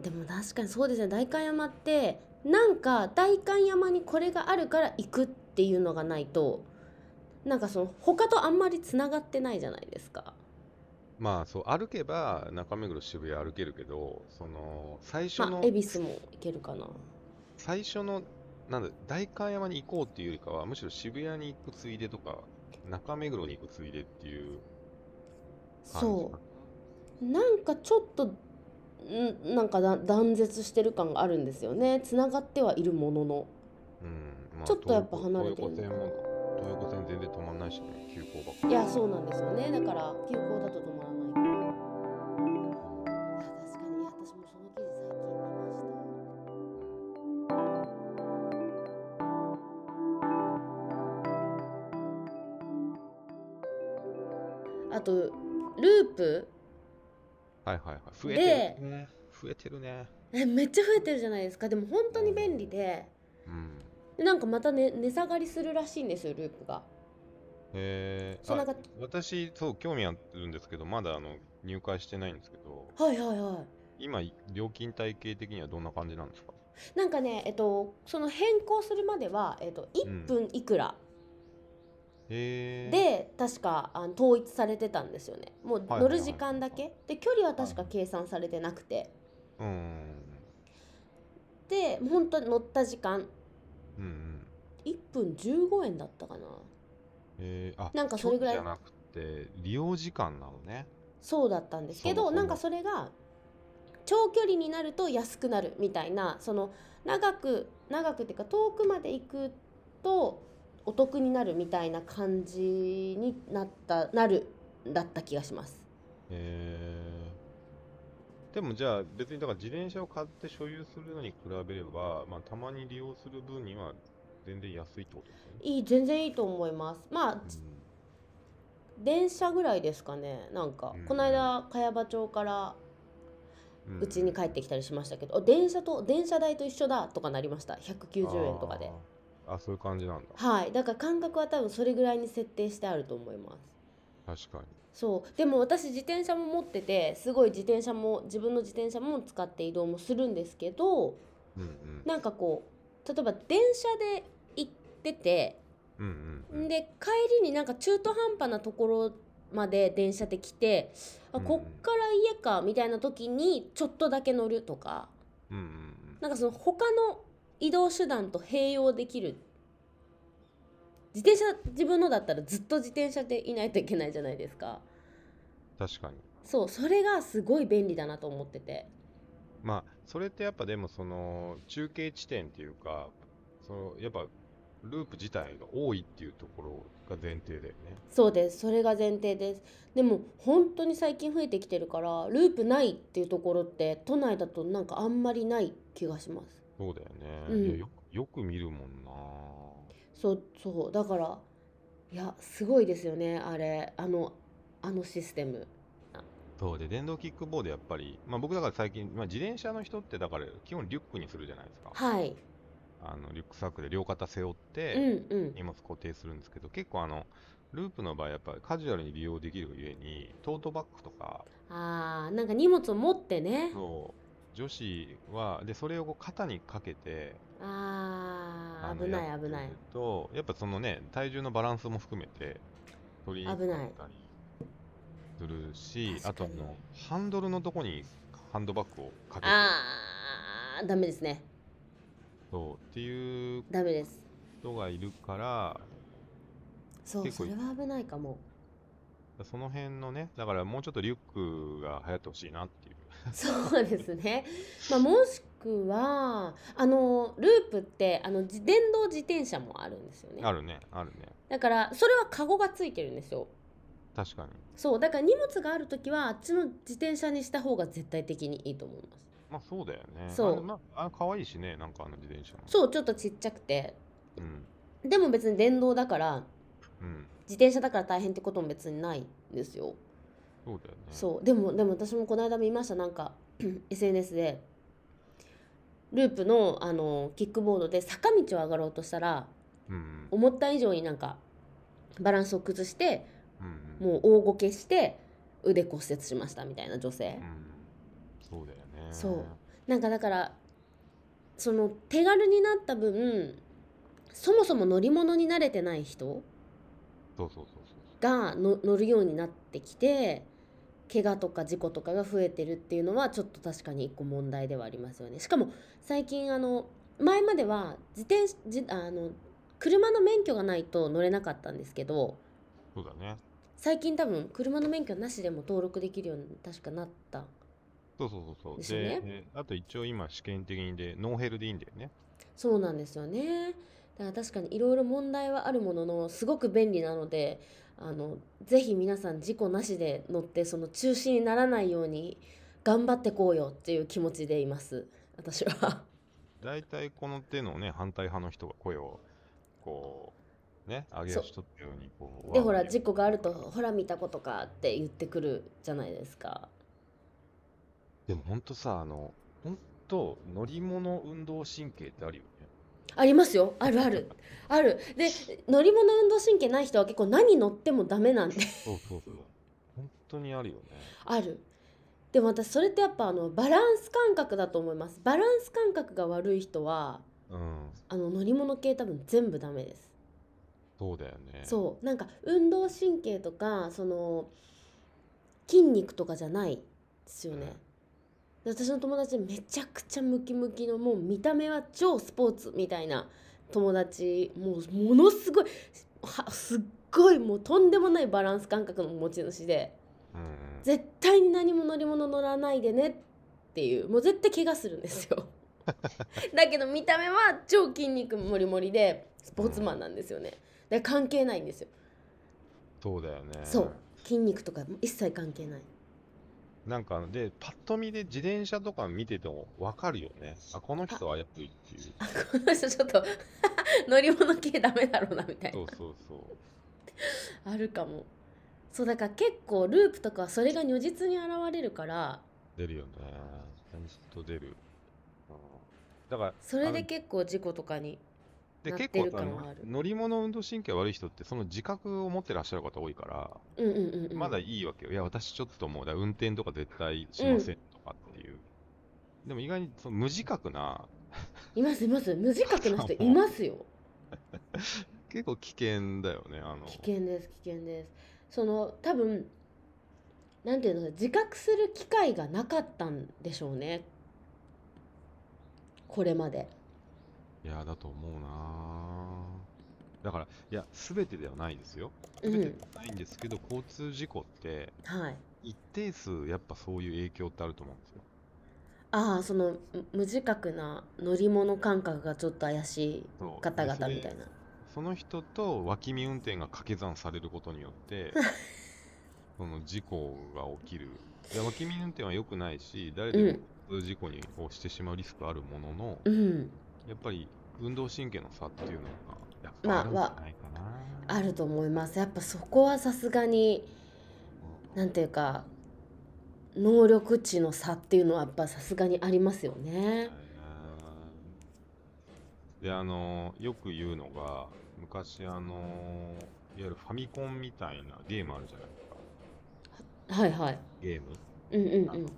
[SPEAKER 2] でも確かにそうですね代官山ってなんか代官山にこれがあるから行くっていうのがないとなんかその他とあんまりつながってないじゃないですか
[SPEAKER 3] まあ、そう、歩けば、中目黒渋谷歩けるけど、その、最初
[SPEAKER 2] ま
[SPEAKER 3] の
[SPEAKER 2] あ、恵比寿も行けるかな
[SPEAKER 3] 最初の、なんだ、代官山に行こうっていうよりかは、むしろ渋谷に行くついでとか、中目黒に行くついでっていう感じ
[SPEAKER 2] そうなんかちょっとんなんかだ断絶してる感があるんですよねつながってはいるものの
[SPEAKER 3] うん、まあ、
[SPEAKER 2] ちょっとやっぱ離れてる
[SPEAKER 3] 東横東横線も、東横線全然止まんないしね、急行ばっか
[SPEAKER 2] いやそうなんですよねだから休校だと止まらないからいや確かにいや私もその記事最近見ましたあとループ
[SPEAKER 3] はいはいはい。増えてるね。増えてるね。
[SPEAKER 2] えめっちゃ増えてるじゃないですかでも本当に便利で
[SPEAKER 3] うん。
[SPEAKER 2] でなんかまたね値下がりするらしいんですよループが
[SPEAKER 3] えー、
[SPEAKER 2] そうなん
[SPEAKER 3] あ
[SPEAKER 2] か
[SPEAKER 3] 私、そう、興味あるんですけど、まだあの入会してないんですけど、
[SPEAKER 2] はいはいは
[SPEAKER 3] 今、料金体系的にはどんな感じなんですか
[SPEAKER 2] いなんかねえっとその変更するまでは、えっと、1分いくら
[SPEAKER 3] えー、
[SPEAKER 2] で確かあの統一されてたんですよねもう
[SPEAKER 3] はい
[SPEAKER 2] 乗る時間だ
[SPEAKER 3] は
[SPEAKER 2] けで距離は確か計算されてなくて
[SPEAKER 3] うん。
[SPEAKER 2] で本当に乗った時間
[SPEAKER 3] うんうん。
[SPEAKER 2] 1分15円だったかな
[SPEAKER 3] えー、あ、
[SPEAKER 2] なんかそれぐらい
[SPEAKER 3] 距離じゃなくて、利用時間なのね。
[SPEAKER 2] そうだったんですけ
[SPEAKER 3] そ
[SPEAKER 2] ど
[SPEAKER 3] うだ
[SPEAKER 2] なんかそれが長距離になると安くなるみたいなその長く長くっていうか遠くまで行くとお得になるみたいな感じになったなるだった気がします
[SPEAKER 3] えーでもじゃあ別にだから自転車を買って所有するのに比べれば、まあ、たまに利用する分には全然安いってことですよね。
[SPEAKER 2] いい全然いいと思いますまあ
[SPEAKER 3] うん
[SPEAKER 2] 電車ぐらいですかねなんか、
[SPEAKER 3] うん
[SPEAKER 2] この間茅場町から
[SPEAKER 3] うん
[SPEAKER 2] うちに帰ってきたりしましたけど、あ電車と電車代と一緒だとかなりました190円とかで
[SPEAKER 3] あーあそういう感じなんだ
[SPEAKER 2] はいだから感覚は多分それぐらいに設定してあると思います
[SPEAKER 3] 確かに
[SPEAKER 2] そうでも私自転車も持っててすごい自転車も自分の自転車も使って移動もするんですけど
[SPEAKER 3] うんうん
[SPEAKER 2] なんかこう例えば電車で行ってて
[SPEAKER 3] うんうんうん
[SPEAKER 2] で帰りになんか中途半端なところまで電車で来てあ
[SPEAKER 3] うん
[SPEAKER 2] こっから家かみたいな時にちょっとだけ乗るとか
[SPEAKER 3] うんうんうん
[SPEAKER 2] なんかその他の移動手段と併用できる自転車自分のだったらずっと自転車でいないといけないじゃないですか
[SPEAKER 3] 確かに
[SPEAKER 2] そうそれがすごい便利だなと思ってて
[SPEAKER 3] まあそれってやっぱでもその中継地点っていうかそのやっぱループ自体が多いっていうところが前提だよね
[SPEAKER 2] そうですそれが前提ですでも本当に最近増えてきてるからループないっていうところって都内だとなんかあんまりない気がします
[SPEAKER 3] そうだよね、
[SPEAKER 2] うん
[SPEAKER 3] いやよくよく見るもんな
[SPEAKER 2] そうそうだからいやすごいですよねあれあのあのシステム
[SPEAKER 3] そうで電動キックボードやっぱり、まあ、僕だから最近、まあ、自転車の人ってだから基本リュックにするじゃないですか
[SPEAKER 2] はい
[SPEAKER 3] あのリュックサックで両肩背負って、
[SPEAKER 2] うんうん
[SPEAKER 3] 荷物固定するんですけど結構あのループの場合やっぱりカジュアルに利用できるがゆえにトートバッグとか
[SPEAKER 2] あーなんか荷物を持ってね
[SPEAKER 3] そう女子はでそれをこう肩にかけて
[SPEAKER 2] あ
[SPEAKER 3] あ
[SPEAKER 2] ー
[SPEAKER 3] の
[SPEAKER 2] 危な
[SPEAKER 3] や
[SPEAKER 2] い
[SPEAKER 3] っ
[SPEAKER 2] 危
[SPEAKER 3] て
[SPEAKER 2] ない
[SPEAKER 3] るとやっぱそのね体重のバランスも含めて取りにくかったりするし
[SPEAKER 2] 確
[SPEAKER 3] あと
[SPEAKER 2] か
[SPEAKER 3] あ
[SPEAKER 2] に
[SPEAKER 3] のハンドルのとこにハンドバッグをかけて
[SPEAKER 2] あーダメですね
[SPEAKER 3] そうっていう
[SPEAKER 2] ダメです
[SPEAKER 3] 人がいるから
[SPEAKER 2] そう
[SPEAKER 3] 結
[SPEAKER 2] そ
[SPEAKER 3] 構
[SPEAKER 2] れは危ないかも
[SPEAKER 3] その辺のねだからもうちょっとリュックが流行ってほしいなっていう
[SPEAKER 2] そうですね。まあ、もしくは、あの、ループって、あの、じ電動自転車もあるんですよね。
[SPEAKER 3] あるねあるね
[SPEAKER 2] だから、それはカゴがついてるんですよ。
[SPEAKER 3] 確かに
[SPEAKER 2] そう、だから荷物があるときは、あっちの自転車にした方が絶対的にいいと思います。
[SPEAKER 3] まあそうだよね。
[SPEAKER 2] そう
[SPEAKER 3] あのまあ、あ可愛いしね、なんかあの自転車も。
[SPEAKER 2] そう、ちょっとちっちゃくて、
[SPEAKER 3] うん。
[SPEAKER 2] でも別に電動だから、
[SPEAKER 3] うん。
[SPEAKER 2] 自転車だから大変ってことも別にないんですよ。
[SPEAKER 3] そうだよね。
[SPEAKER 2] そう、でも、でも私もこの間見ました、なんか、SNS で。ループのあのキックボードで坂道を上がろうとしたら
[SPEAKER 3] う。うんうん。
[SPEAKER 2] 思った以上になんかバランスを崩して
[SPEAKER 3] うんうん、
[SPEAKER 2] もう大ごけして腕骨折しましたみたいな女性
[SPEAKER 3] う、ん。そうだよね。
[SPEAKER 2] そうなんかだからその手軽になった分そもそも乗り物に慣れてない人
[SPEAKER 3] そうそうそうそう
[SPEAKER 2] がの乗るようになってきて怪我とか事故とかが増えてるっていうのはちょっと確かに一個問題ではありますよねしかも最近あの前までは自転自あの車の免許がないと乗れなかったんですけど、
[SPEAKER 3] そう。そうだね。
[SPEAKER 2] 最近多分車の免許なしでも登録できるように確かなった
[SPEAKER 3] そうそうそうそう。
[SPEAKER 2] ですよね
[SPEAKER 3] で、えあと一応今試験的にで、ノーヘルでいいんだよね。
[SPEAKER 2] そうなんですよねだから確かにいろいろ問題はあるもののすごく便利なのであのぜひ皆さん事故なしで乗ってその中止にならないように頑張ってこうよっていう気持ちでいます私は
[SPEAKER 3] 大体この手のね、反対派の人が声を、こう、ね、上げ足取ったように、こう。
[SPEAKER 2] で
[SPEAKER 3] わー
[SPEAKER 2] ほ
[SPEAKER 3] わー
[SPEAKER 2] ら
[SPEAKER 3] 言う
[SPEAKER 2] 事故があるとほら見たことかって言ってくるじゃないですか
[SPEAKER 3] でもほんとさ、あの、ほんと乗り物運動神経ってあるよね。
[SPEAKER 2] ありますよあるあるあるで乗り物運動神経ない人は結構何乗って もダメなんで
[SPEAKER 3] そうそうそう。本当にあるよね。
[SPEAKER 2] あるでも私それってやっぱあのバランス感覚だと思いますバランス感覚が悪い人は
[SPEAKER 3] うん。
[SPEAKER 2] あの乗り物系多分全部ダメです
[SPEAKER 3] そうだよね。
[SPEAKER 2] そうなんか運動神経とかその筋肉とかじゃないですよねで私の友達めちゃくちゃムキムキのもう見た目は超スポーツみたいな友達もうものすごいはすっごいもうとんでもないバランス感覚の持ち主で
[SPEAKER 3] うんうん。
[SPEAKER 2] 絶対に何も乗り物乗らないでねっていうもう絶対怪我するんです よだけど見た目は超筋肉もりもりでスポーツマンなんですよね、で関係ないんですよ
[SPEAKER 3] そうだよね。
[SPEAKER 2] そう筋肉とか一切関係ない
[SPEAKER 3] なんか、で、パッと見で自転車とか見ててもわかるよね。あ、この人はやっぱりっていう。
[SPEAKER 2] あこの人ちょっと 乗り物系ダメだろうなみたい
[SPEAKER 3] そ
[SPEAKER 2] な
[SPEAKER 3] うそうそう。
[SPEAKER 2] あるかもそうだから結構ループとかはそれが如実に現れるから
[SPEAKER 3] 出るよね。ちゃんと出る。うんだから、
[SPEAKER 2] それ
[SPEAKER 3] あ
[SPEAKER 2] で
[SPEAKER 3] の
[SPEAKER 2] 結構事故とかに
[SPEAKER 3] で
[SPEAKER 2] なっ
[SPEAKER 3] 結
[SPEAKER 2] てる
[SPEAKER 3] 構あ
[SPEAKER 2] 感は
[SPEAKER 3] の
[SPEAKER 2] ある
[SPEAKER 3] 乗り物運動神経悪い人ってその自覚を持ってらっしゃる方多いから、
[SPEAKER 2] うんうんうん、うん、
[SPEAKER 3] まだいいわけよ。いや、私ちょっともうだから運転とか絶対しませんとかっていう。でも意外にその無自覚な、
[SPEAKER 2] いますいます無自覚な人いますよ
[SPEAKER 3] 結構危険だよね。あの
[SPEAKER 2] 危険です危険ですその多分なんていうの自覚する機会がなかったんでしょうねこれまで
[SPEAKER 3] いや、だと思うなぁだから、いや、すべてではないですよ。
[SPEAKER 2] う
[SPEAKER 3] すべてで
[SPEAKER 2] ん
[SPEAKER 3] はないんですけど、交通事故って、
[SPEAKER 2] はい
[SPEAKER 3] 一定数、やっぱそういう影響ってあると思うんですよ。
[SPEAKER 2] ああそのむ無自覚な乗り物感覚がちょっと怪し
[SPEAKER 3] そ
[SPEAKER 2] いう方
[SPEAKER 3] でそ
[SPEAKER 2] 々
[SPEAKER 3] れ
[SPEAKER 2] みたいな
[SPEAKER 3] その人と脇見運転が掛け算されることによ って、その事故が起きる。いや脇見運転は良くないし、誰でも交通事故にをしてしまうリスクあるものの、
[SPEAKER 2] うん
[SPEAKER 3] やっぱり運動神経の差っていうのが、やっ
[SPEAKER 2] まあ
[SPEAKER 3] ぱあるんじゃないかな。
[SPEAKER 2] あると思いますやっぱそこはさすがになんていうか能力値の差っていうのはやっぱさすがにありますよね
[SPEAKER 3] で、あのよく言うのが、昔、あのいわゆるファミコンみたいなゲームあるじゃないですか。
[SPEAKER 2] はいはい
[SPEAKER 3] ゲーム
[SPEAKER 2] うんうんうん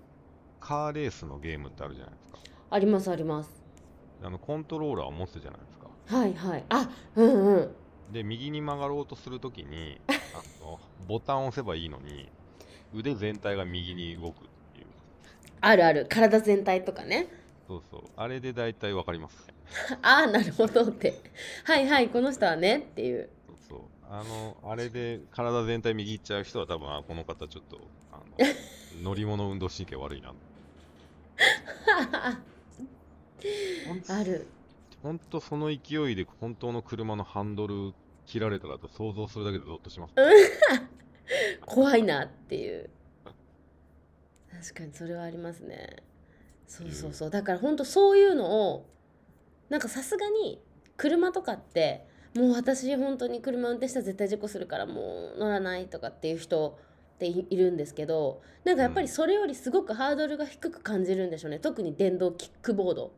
[SPEAKER 3] カーレースのゲームってあるじゃないですか。
[SPEAKER 2] ありますあります
[SPEAKER 3] あの、コントローラーを持つじゃないですか。
[SPEAKER 2] はいはいあうんうん
[SPEAKER 3] で、右に曲がろうとするとき に、あの、ボタンを押せばいいのに、腕全体が右に動くっていう。
[SPEAKER 2] あるある体全体とかね
[SPEAKER 3] そうそう。あれで大体わかりますね。
[SPEAKER 2] ああなるほどってはいはいこの人はねっていう
[SPEAKER 3] そうそう。あの、あれで体全体右行っちゃう人は多分、あこの方ちょっと、あの、 乗り物運動神経悪いな。ほん
[SPEAKER 2] ある
[SPEAKER 3] ほんとその勢いで本当の車のハンドル切られたらと想像するだけでゾッとします。
[SPEAKER 2] 怖いなっていう確かにそれはありますねそうそうそうだから本当そういうのをなんかさすがに車とかってもう私本当に車運転したら絶対事故するからもう乗らないとかっていう人っていいるんですけどなんかやっぱりそれよりすごくハードルが低く感じるんでしょうね特に電動キックボード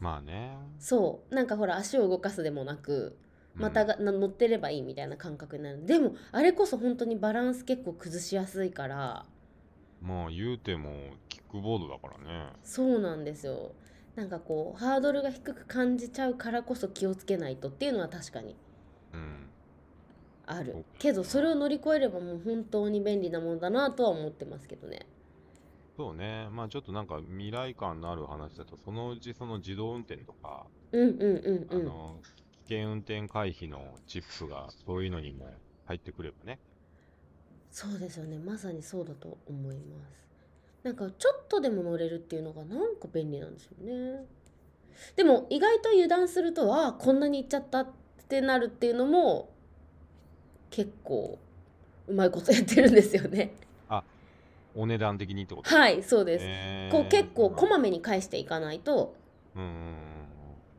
[SPEAKER 3] まあね。
[SPEAKER 2] そうなんかほら足を動かすでもなくまたが、な乗ってればいいみたいな感覚になるでもあれこそ本当にバランス結構崩しやすいから
[SPEAKER 3] まあ言うてもキックボードだからね。
[SPEAKER 2] そうなんですよなんかこうハードルが低く感じちゃうからこそ気をつけないとっていうのは確かに
[SPEAKER 3] うん。
[SPEAKER 2] あ
[SPEAKER 3] そう
[SPEAKER 2] るけどそれを乗り越えればもう本当に便利なものだなとは思ってますけどね
[SPEAKER 3] そうね。まあちょっとなんか未来感のある話だと、そのうちその自動運転とか、
[SPEAKER 2] うんうん
[SPEAKER 3] あ
[SPEAKER 2] うんうん
[SPEAKER 3] の、危険運転回避のチップがそういうのにも入ってくればね。
[SPEAKER 2] そうですよねまさにそうだと思いますなんかちょっとでも乗れるっていうのがなんか便利なんですよねでも意外と油断するとああこんなにいっちゃったってなるっていうのも結構うまいことやってるんですよね
[SPEAKER 3] お値段的にってことい。
[SPEAKER 2] はいそうです、
[SPEAKER 3] えー
[SPEAKER 2] こう結構こまめに返していかないと
[SPEAKER 3] うんうんうん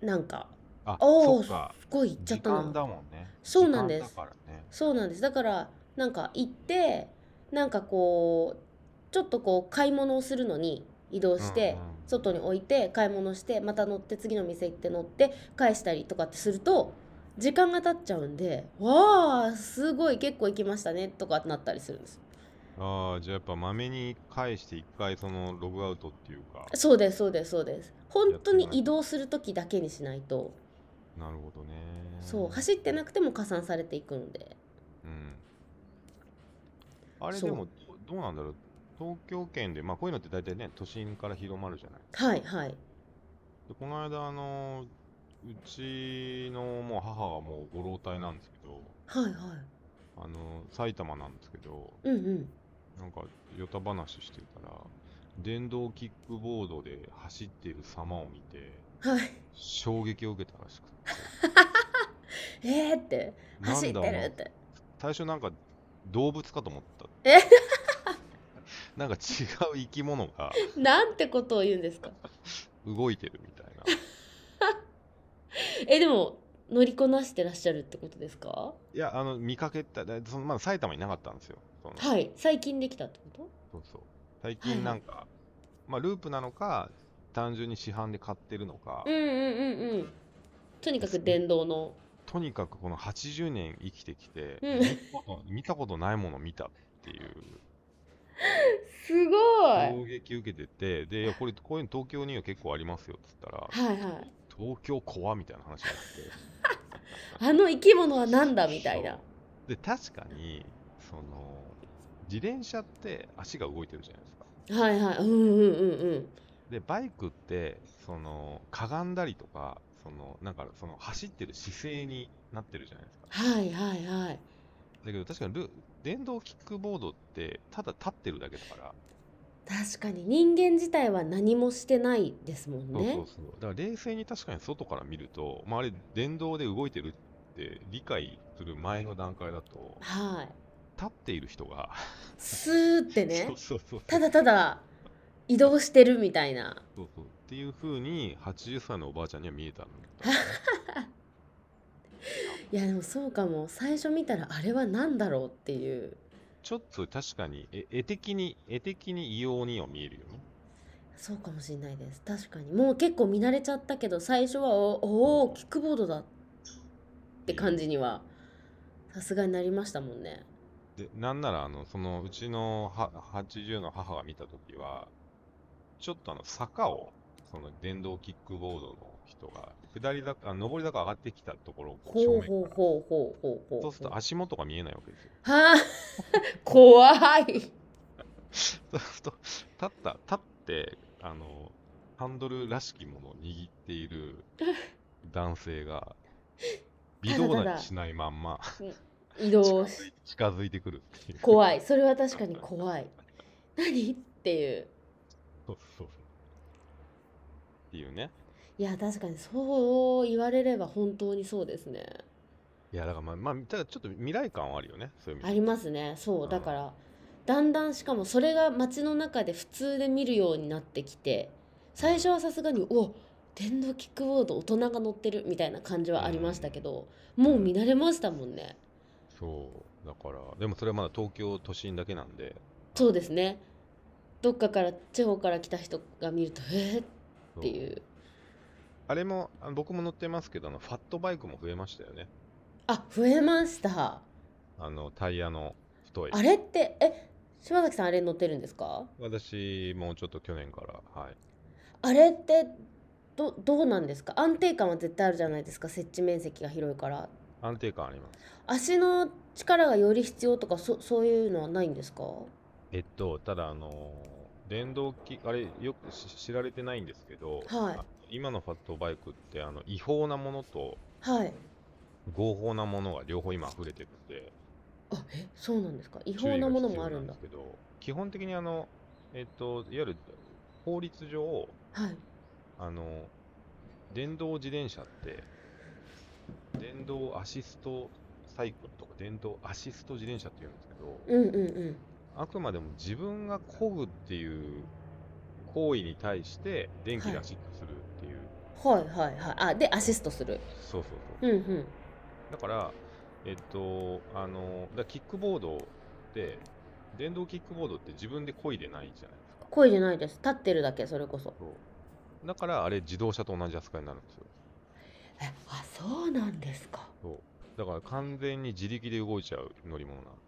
[SPEAKER 3] うん。
[SPEAKER 2] なんか
[SPEAKER 3] あ、
[SPEAKER 2] お
[SPEAKER 3] そ
[SPEAKER 2] ー
[SPEAKER 3] っか。
[SPEAKER 2] すごいいっちゃっ
[SPEAKER 3] 時
[SPEAKER 2] たな
[SPEAKER 3] 間だもんね。
[SPEAKER 2] そうなんです
[SPEAKER 3] 時間だからね。
[SPEAKER 2] そうなんですだからなんか行ってなんかこうちょっとこう買い物をするのに移動して、
[SPEAKER 3] うんうん
[SPEAKER 2] 外に置いて買い物してまた乗って次の店行って乗って返したりとかってすると時間が経っちゃうんで「わあすごい結構行きましたね」とかなったりするんです
[SPEAKER 3] ああ、じゃあやっぱまめに返して一回そのログアウトっていうか。
[SPEAKER 2] そうですそうですそうです本当に移動する時だけにしないと
[SPEAKER 3] なるほどね。
[SPEAKER 2] そう走ってなくても加算されていくので
[SPEAKER 3] うんあれ
[SPEAKER 2] そう
[SPEAKER 3] でもどどうなんだろう東京圏で、まあ、こういうのって大体ね都心から広まるじゃない
[SPEAKER 2] はいはい
[SPEAKER 3] でこの間あのうちのもう母はもうご老体なんですけど
[SPEAKER 2] はいはい
[SPEAKER 3] あの埼玉なんですけど
[SPEAKER 2] うんうん
[SPEAKER 3] なんかヨタ話してたら電動キックボードで走っている様を見て
[SPEAKER 2] はい
[SPEAKER 3] 衝撃を受けたらしくて
[SPEAKER 2] えーって
[SPEAKER 3] なん
[SPEAKER 2] 走って
[SPEAKER 3] だ
[SPEAKER 2] る
[SPEAKER 3] も
[SPEAKER 2] っ
[SPEAKER 3] う
[SPEAKER 2] て
[SPEAKER 3] 最初なんか動物かと思った
[SPEAKER 2] え
[SPEAKER 3] なんか違う生き物が
[SPEAKER 2] なんてことを言うんですか
[SPEAKER 3] 動いてるみたいな
[SPEAKER 2] えでも乗りこなしてらっしゃるってことですか
[SPEAKER 3] いやあの見かけただそのまだ埼玉になかったんですよその
[SPEAKER 2] はい最近できたってこ
[SPEAKER 3] そうそう最
[SPEAKER 2] はい
[SPEAKER 3] 近なんか、まあ、ループなのか単純に市販で買ってるのか、
[SPEAKER 2] とうんうんうんうんとにかく電動の
[SPEAKER 3] とにかくこの80年生きてきて、
[SPEAKER 2] うん
[SPEAKER 3] 見たこと見たことないもの見たっていう
[SPEAKER 2] すごいはい
[SPEAKER 3] 衝撃受けててでいやこれこういうの東京には結構ありますよっつったら
[SPEAKER 2] はい
[SPEAKER 3] 東京怖みたいな話になって。
[SPEAKER 2] あの生き物はなんだみたいな
[SPEAKER 3] そうで確かにその自転車って足が動いてるじゃないですか
[SPEAKER 2] はいはいうんうんうんうん
[SPEAKER 3] でバイクってそのかがんだりとかそのなんかその走ってる姿勢になってるじゃないですか
[SPEAKER 2] はいはいはい
[SPEAKER 3] だけど確かにル電動キックボードってただ立ってるだけだから、
[SPEAKER 2] 確かに人間自体は何もしてないですもんね
[SPEAKER 3] そうそうそうだから冷静に確かに外から見ると、まあ、あれ電動で動いてるって理解する前の段階だと
[SPEAKER 2] はい
[SPEAKER 3] 立っている人が、
[SPEAKER 2] スーって
[SPEAKER 3] そ
[SPEAKER 2] ね
[SPEAKER 3] うそうそう
[SPEAKER 2] ただただ移動してるみたいな
[SPEAKER 3] そうそうっていう風に80歳のおばあちゃんには見えたんだけ
[SPEAKER 2] いやでもそうかも最初見たらあれは何だろうっていう
[SPEAKER 3] ちょっと確かに絵絵的に絵的に異様には見えるよね
[SPEAKER 2] そうかもしれないです確かにもう結構見慣れちゃったけど最初はおおーキックボードだって感じにはさすがになりましたもんね
[SPEAKER 3] でなんならあのそのうちのは80の母が見た時はちょっとあの坂をその電動キックボードの人が下り坂あ上り坂上がってきたところをこう
[SPEAKER 2] ほう
[SPEAKER 3] 正
[SPEAKER 2] ほう
[SPEAKER 3] 面から
[SPEAKER 2] ほうほうほうほう
[SPEAKER 3] そうすると足元が見えないわけですよ
[SPEAKER 2] はあ 怖い
[SPEAKER 3] そうすると立った立ってあのハンドルらしきものを握ってい る男性が微動だにしないまんま
[SPEAKER 2] 移動し
[SPEAKER 3] 近づいてくるっていう
[SPEAKER 2] 怖いそれは確かに怖い何っていう
[SPEAKER 3] そうそうそうっていうね
[SPEAKER 2] いや確かにそう言われれば本当にそうですね
[SPEAKER 3] いやだからまあ、まあ、ただちょっと未来感はあるよねそういう意
[SPEAKER 2] あ
[SPEAKER 3] 味
[SPEAKER 2] り
[SPEAKER 3] で
[SPEAKER 2] ますねそううんだからだんだんしかもそれが街の中で普通で見るようになってきて最初はさすがにうわ電動キックボード大人が乗ってるみたいな感じはありましたけど、もう見慣れましたもんね
[SPEAKER 3] そうだからでもそれはまだ東京都心だけなんで
[SPEAKER 2] そうですねどっかから地方から来た人が見るとえー、っ
[SPEAKER 3] そ
[SPEAKER 2] ていう
[SPEAKER 3] あれもあの僕も乗ってますけどあのファットバイクも増えましたよね
[SPEAKER 2] あ増えました
[SPEAKER 3] あのタイヤの太い
[SPEAKER 2] あれってえ島崎さんあれ乗ってるんですか
[SPEAKER 3] 私もちょっと去年からはい
[SPEAKER 2] あれってどどうなんですか安定感は絶対あるじゃないですか設置面積が広いから
[SPEAKER 3] 安定感あります
[SPEAKER 2] 足の力がより必要とかそそういうのはないんですかは
[SPEAKER 3] えっとただあのー電動機あれよくし知られてないんですけど、
[SPEAKER 2] はい
[SPEAKER 3] あ今のファットバイクってあの違法なものと
[SPEAKER 2] い
[SPEAKER 3] 合法なものが両方今溢れてるんで
[SPEAKER 2] あえそうなんですか違
[SPEAKER 3] 注
[SPEAKER 2] 法
[SPEAKER 3] 意
[SPEAKER 2] な
[SPEAKER 3] が
[SPEAKER 2] もの
[SPEAKER 3] 必
[SPEAKER 2] もあ
[SPEAKER 3] 要な
[SPEAKER 2] るん
[SPEAKER 3] んで
[SPEAKER 2] だ
[SPEAKER 3] すけど基本的にあのえっといわゆる法律上
[SPEAKER 2] はい
[SPEAKER 3] あの電動自転車って電動アシストサイクルとか電動アシスト自転車って言うんですけど
[SPEAKER 2] うんうんうん
[SPEAKER 3] あくまでも自分が漕ぐっていう行為に対して電気でアシッとするっていう、
[SPEAKER 2] はいはいはいあでアシストする
[SPEAKER 3] そうそう
[SPEAKER 2] う
[SPEAKER 3] そうん
[SPEAKER 2] うん
[SPEAKER 3] だからえっとあのだからキックボードって電動キックボードって自分で漕いでないじゃないですか
[SPEAKER 2] 声じゃないです立ってるだけそれこそ
[SPEAKER 3] そうだからあれ自動車と同じ扱いになるんですよ
[SPEAKER 2] えあそうなんですか
[SPEAKER 3] だから完全に自力で動いちゃう乗り物なんで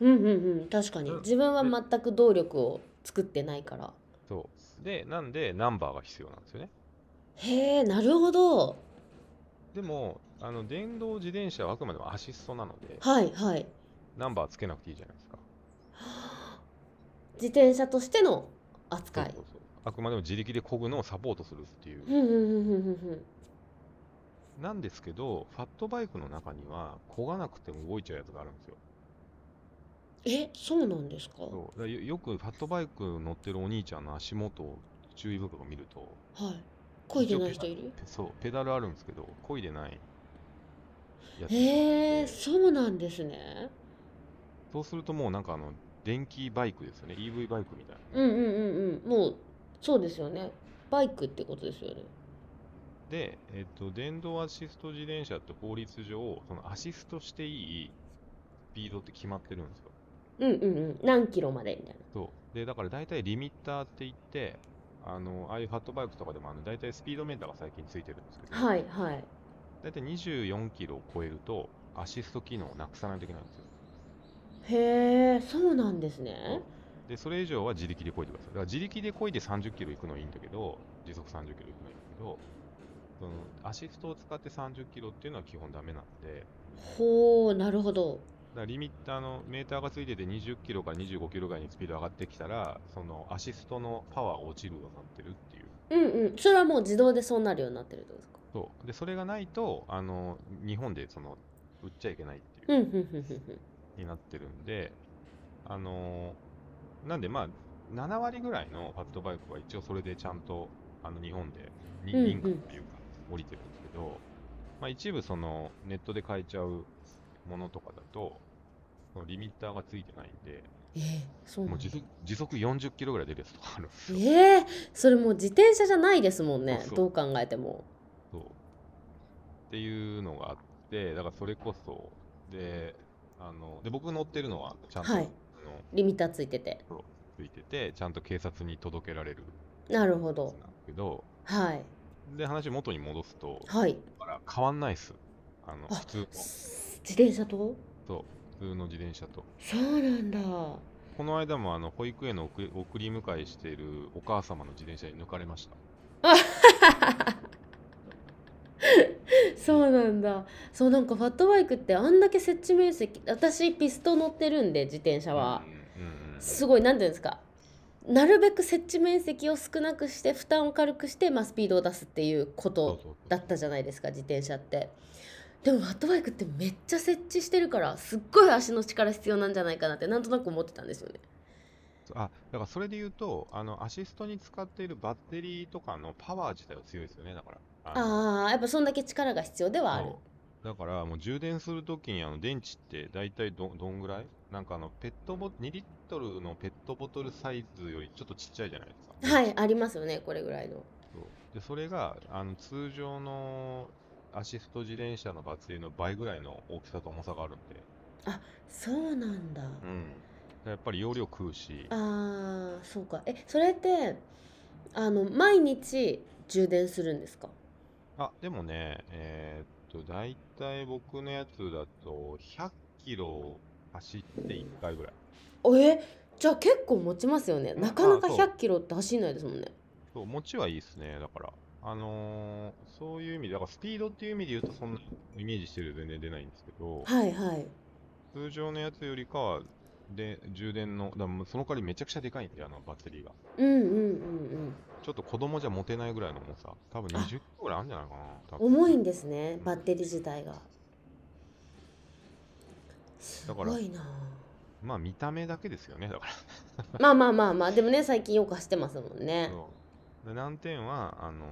[SPEAKER 2] うんうんうん確かに
[SPEAKER 3] うん
[SPEAKER 2] 自分は全く動力を作ってないから
[SPEAKER 3] そうでなんでナンバーが必要なんですよね
[SPEAKER 2] へえなるほど
[SPEAKER 3] でもあの電動自転車はあくまでもアシストなので
[SPEAKER 2] はいはい
[SPEAKER 3] ナンバーつけなくていいじゃないですか
[SPEAKER 2] 自転車としての
[SPEAKER 3] そ
[SPEAKER 2] 扱
[SPEAKER 3] う
[SPEAKER 2] い
[SPEAKER 3] そうそうあくまでも自力で漕ぐのをサポートするっていう
[SPEAKER 2] うんうんうんうんうんうん
[SPEAKER 3] なんですけどファットバイクの中には漕がなくても動いちゃうやつがあるんですよ
[SPEAKER 2] えそうなんですか
[SPEAKER 3] そうだからよよくファットバイク乗ってるお兄ちゃんの足元を注意深く見ると
[SPEAKER 2] はい。こいでない人いる
[SPEAKER 3] そうペダルあるんですけど漕いでないやってしまって
[SPEAKER 2] へえそうなんですね
[SPEAKER 3] そうするともうなんかあの電気バイクですよね EV バイクみたいな、
[SPEAKER 2] うんうんうんうんもうそうですよねバイクってことですよね
[SPEAKER 3] で、えっと、電動アシスト自転車って法律上そのアシストしていいスピードって決まってるんですよ
[SPEAKER 2] うんうんうん何キロまでみたいな
[SPEAKER 3] そうでだから大体リミッターって言ってあのああいうファットバイクとかでもあの大体スピードメーターが最近ついてるんですけど、
[SPEAKER 2] はいはい
[SPEAKER 3] 大体24キロを超えるとアシスト機能をなくさないといけないんですよ
[SPEAKER 2] へえそうなんですね
[SPEAKER 3] でそれ以上は自力で漕いでくださいだから自力で漕いで30キロ行くのはいいんだけど時速30キロ行くのはいいんだけどそのアシストを使って30キロっていうのは基本ダメなんで
[SPEAKER 2] ほうなるほど
[SPEAKER 3] だからリミッターのメーターがついてて20キロから25キロぐらいにスピード上がってきたらそのアシストのパワーが落ちるようになってるっていう
[SPEAKER 2] うんうんそれはもう自動でそうなるようになってるってことですか
[SPEAKER 3] そうでそれがないとあの日本でその売っちゃいけないっていう
[SPEAKER 2] うんうんうんうんうん
[SPEAKER 3] になってるんで、あのーなんでまあ、7割ぐらいのファットバイクは一応それでちゃんとあの日本でに
[SPEAKER 2] うんうん
[SPEAKER 3] 認可っていうか降りてるんですけど、まあ、一部そのネットで買えちゃうものとかだと、そのリミッターがついてないんで、
[SPEAKER 2] えー、そうな
[SPEAKER 3] もうん時
[SPEAKER 2] だ
[SPEAKER 3] 速時速40キロぐらい出るやつとかあるんですよ。
[SPEAKER 2] えー、それもう自転車じゃないですもんね
[SPEAKER 3] そうそう
[SPEAKER 2] どう考えても
[SPEAKER 3] そうっていうのがあって、だからそれこそ、で、あので僕乗ってるのはちゃんと、
[SPEAKER 2] はい
[SPEAKER 3] あの
[SPEAKER 2] リミッターついてて
[SPEAKER 3] ついてて、ちゃんと警察に届けられる
[SPEAKER 2] なるほ
[SPEAKER 3] や
[SPEAKER 2] ど
[SPEAKER 3] つなんだけど、
[SPEAKER 2] はい
[SPEAKER 3] で、話元に戻すと、
[SPEAKER 2] はい
[SPEAKER 3] だから変わんないっす。あの、
[SPEAKER 2] あ
[SPEAKER 3] 普通の、
[SPEAKER 2] 自転車と
[SPEAKER 3] そう、普通の自転車と。
[SPEAKER 2] そうなんだ
[SPEAKER 3] この間も、あの、保育園の送り送り迎えしているお母様の自転車に抜かれました。
[SPEAKER 2] そうなんだそうなんかファットバイクってあんだけ設置面積私ピストン乗ってるんで自転車は
[SPEAKER 3] うんうんうん
[SPEAKER 2] すごいなんていうんですかなるべく設置面積を少なくして負担を軽くして、まあ、スピードを出すっていうこ
[SPEAKER 3] そう
[SPEAKER 2] と
[SPEAKER 3] そうそう
[SPEAKER 2] だったじゃないですか自転車ってでもファットバイクってめっちゃ設置してるからすっごい足の力必要なんじゃないかなってなんとなく思ってたんですよね
[SPEAKER 3] あ、だからそれで言うと、あの、アシストに使っているバッテリーとかのパワー自体は強いですよね、だから。あの
[SPEAKER 2] ああやっぱそんだけ力が必要ではある
[SPEAKER 3] そうだからもう充電するときにあの電池って大体どどんぐらいなんかあのペットボ2リットルのペットボトルサイズよりちょっとちっちゃいじゃないですか。
[SPEAKER 2] はいありますよねこれぐらいの
[SPEAKER 3] そうでそれがあの通常のアシスト自転車のバッテリーの倍ぐらいの大きさと重さがあるんで、
[SPEAKER 2] そうなんだ、
[SPEAKER 3] やっぱり容量食うし、
[SPEAKER 2] ああそうかえそれってあの毎日充電するんですか
[SPEAKER 3] あでもね、えーっと大体僕のやつだと100キロ走って1回ぐらい。
[SPEAKER 2] えじゃあ結構持ちますよね
[SPEAKER 3] うん
[SPEAKER 2] なかなか
[SPEAKER 3] あそう
[SPEAKER 2] 100キロって走んないですもんね
[SPEAKER 3] そう、持ちはいいですね。だから、あのーそういう意味で、だからスピードっていう意味で言うと、そんなイメージしてるより全然出ないんですけど、
[SPEAKER 2] はいはい
[SPEAKER 3] 通常のやつよりかは、で、充電の、だからもうその代わりめちゃくちゃでかいんで、あのバッテリーが。
[SPEAKER 2] うんうんうん
[SPEAKER 3] ちょっと子供じゃ持てないぐらいの重さ。多分
[SPEAKER 2] あ
[SPEAKER 3] 20キロぐらいあるんじゃないかな。
[SPEAKER 2] うん
[SPEAKER 3] 多分
[SPEAKER 2] 重いんですねバッテリー自体がす
[SPEAKER 3] だから
[SPEAKER 2] ごいな
[SPEAKER 3] まあ見た目だけですよね、だから。
[SPEAKER 2] まあまあまあまあでもね最近よく走ってますもんね
[SPEAKER 3] そうで難点は、あの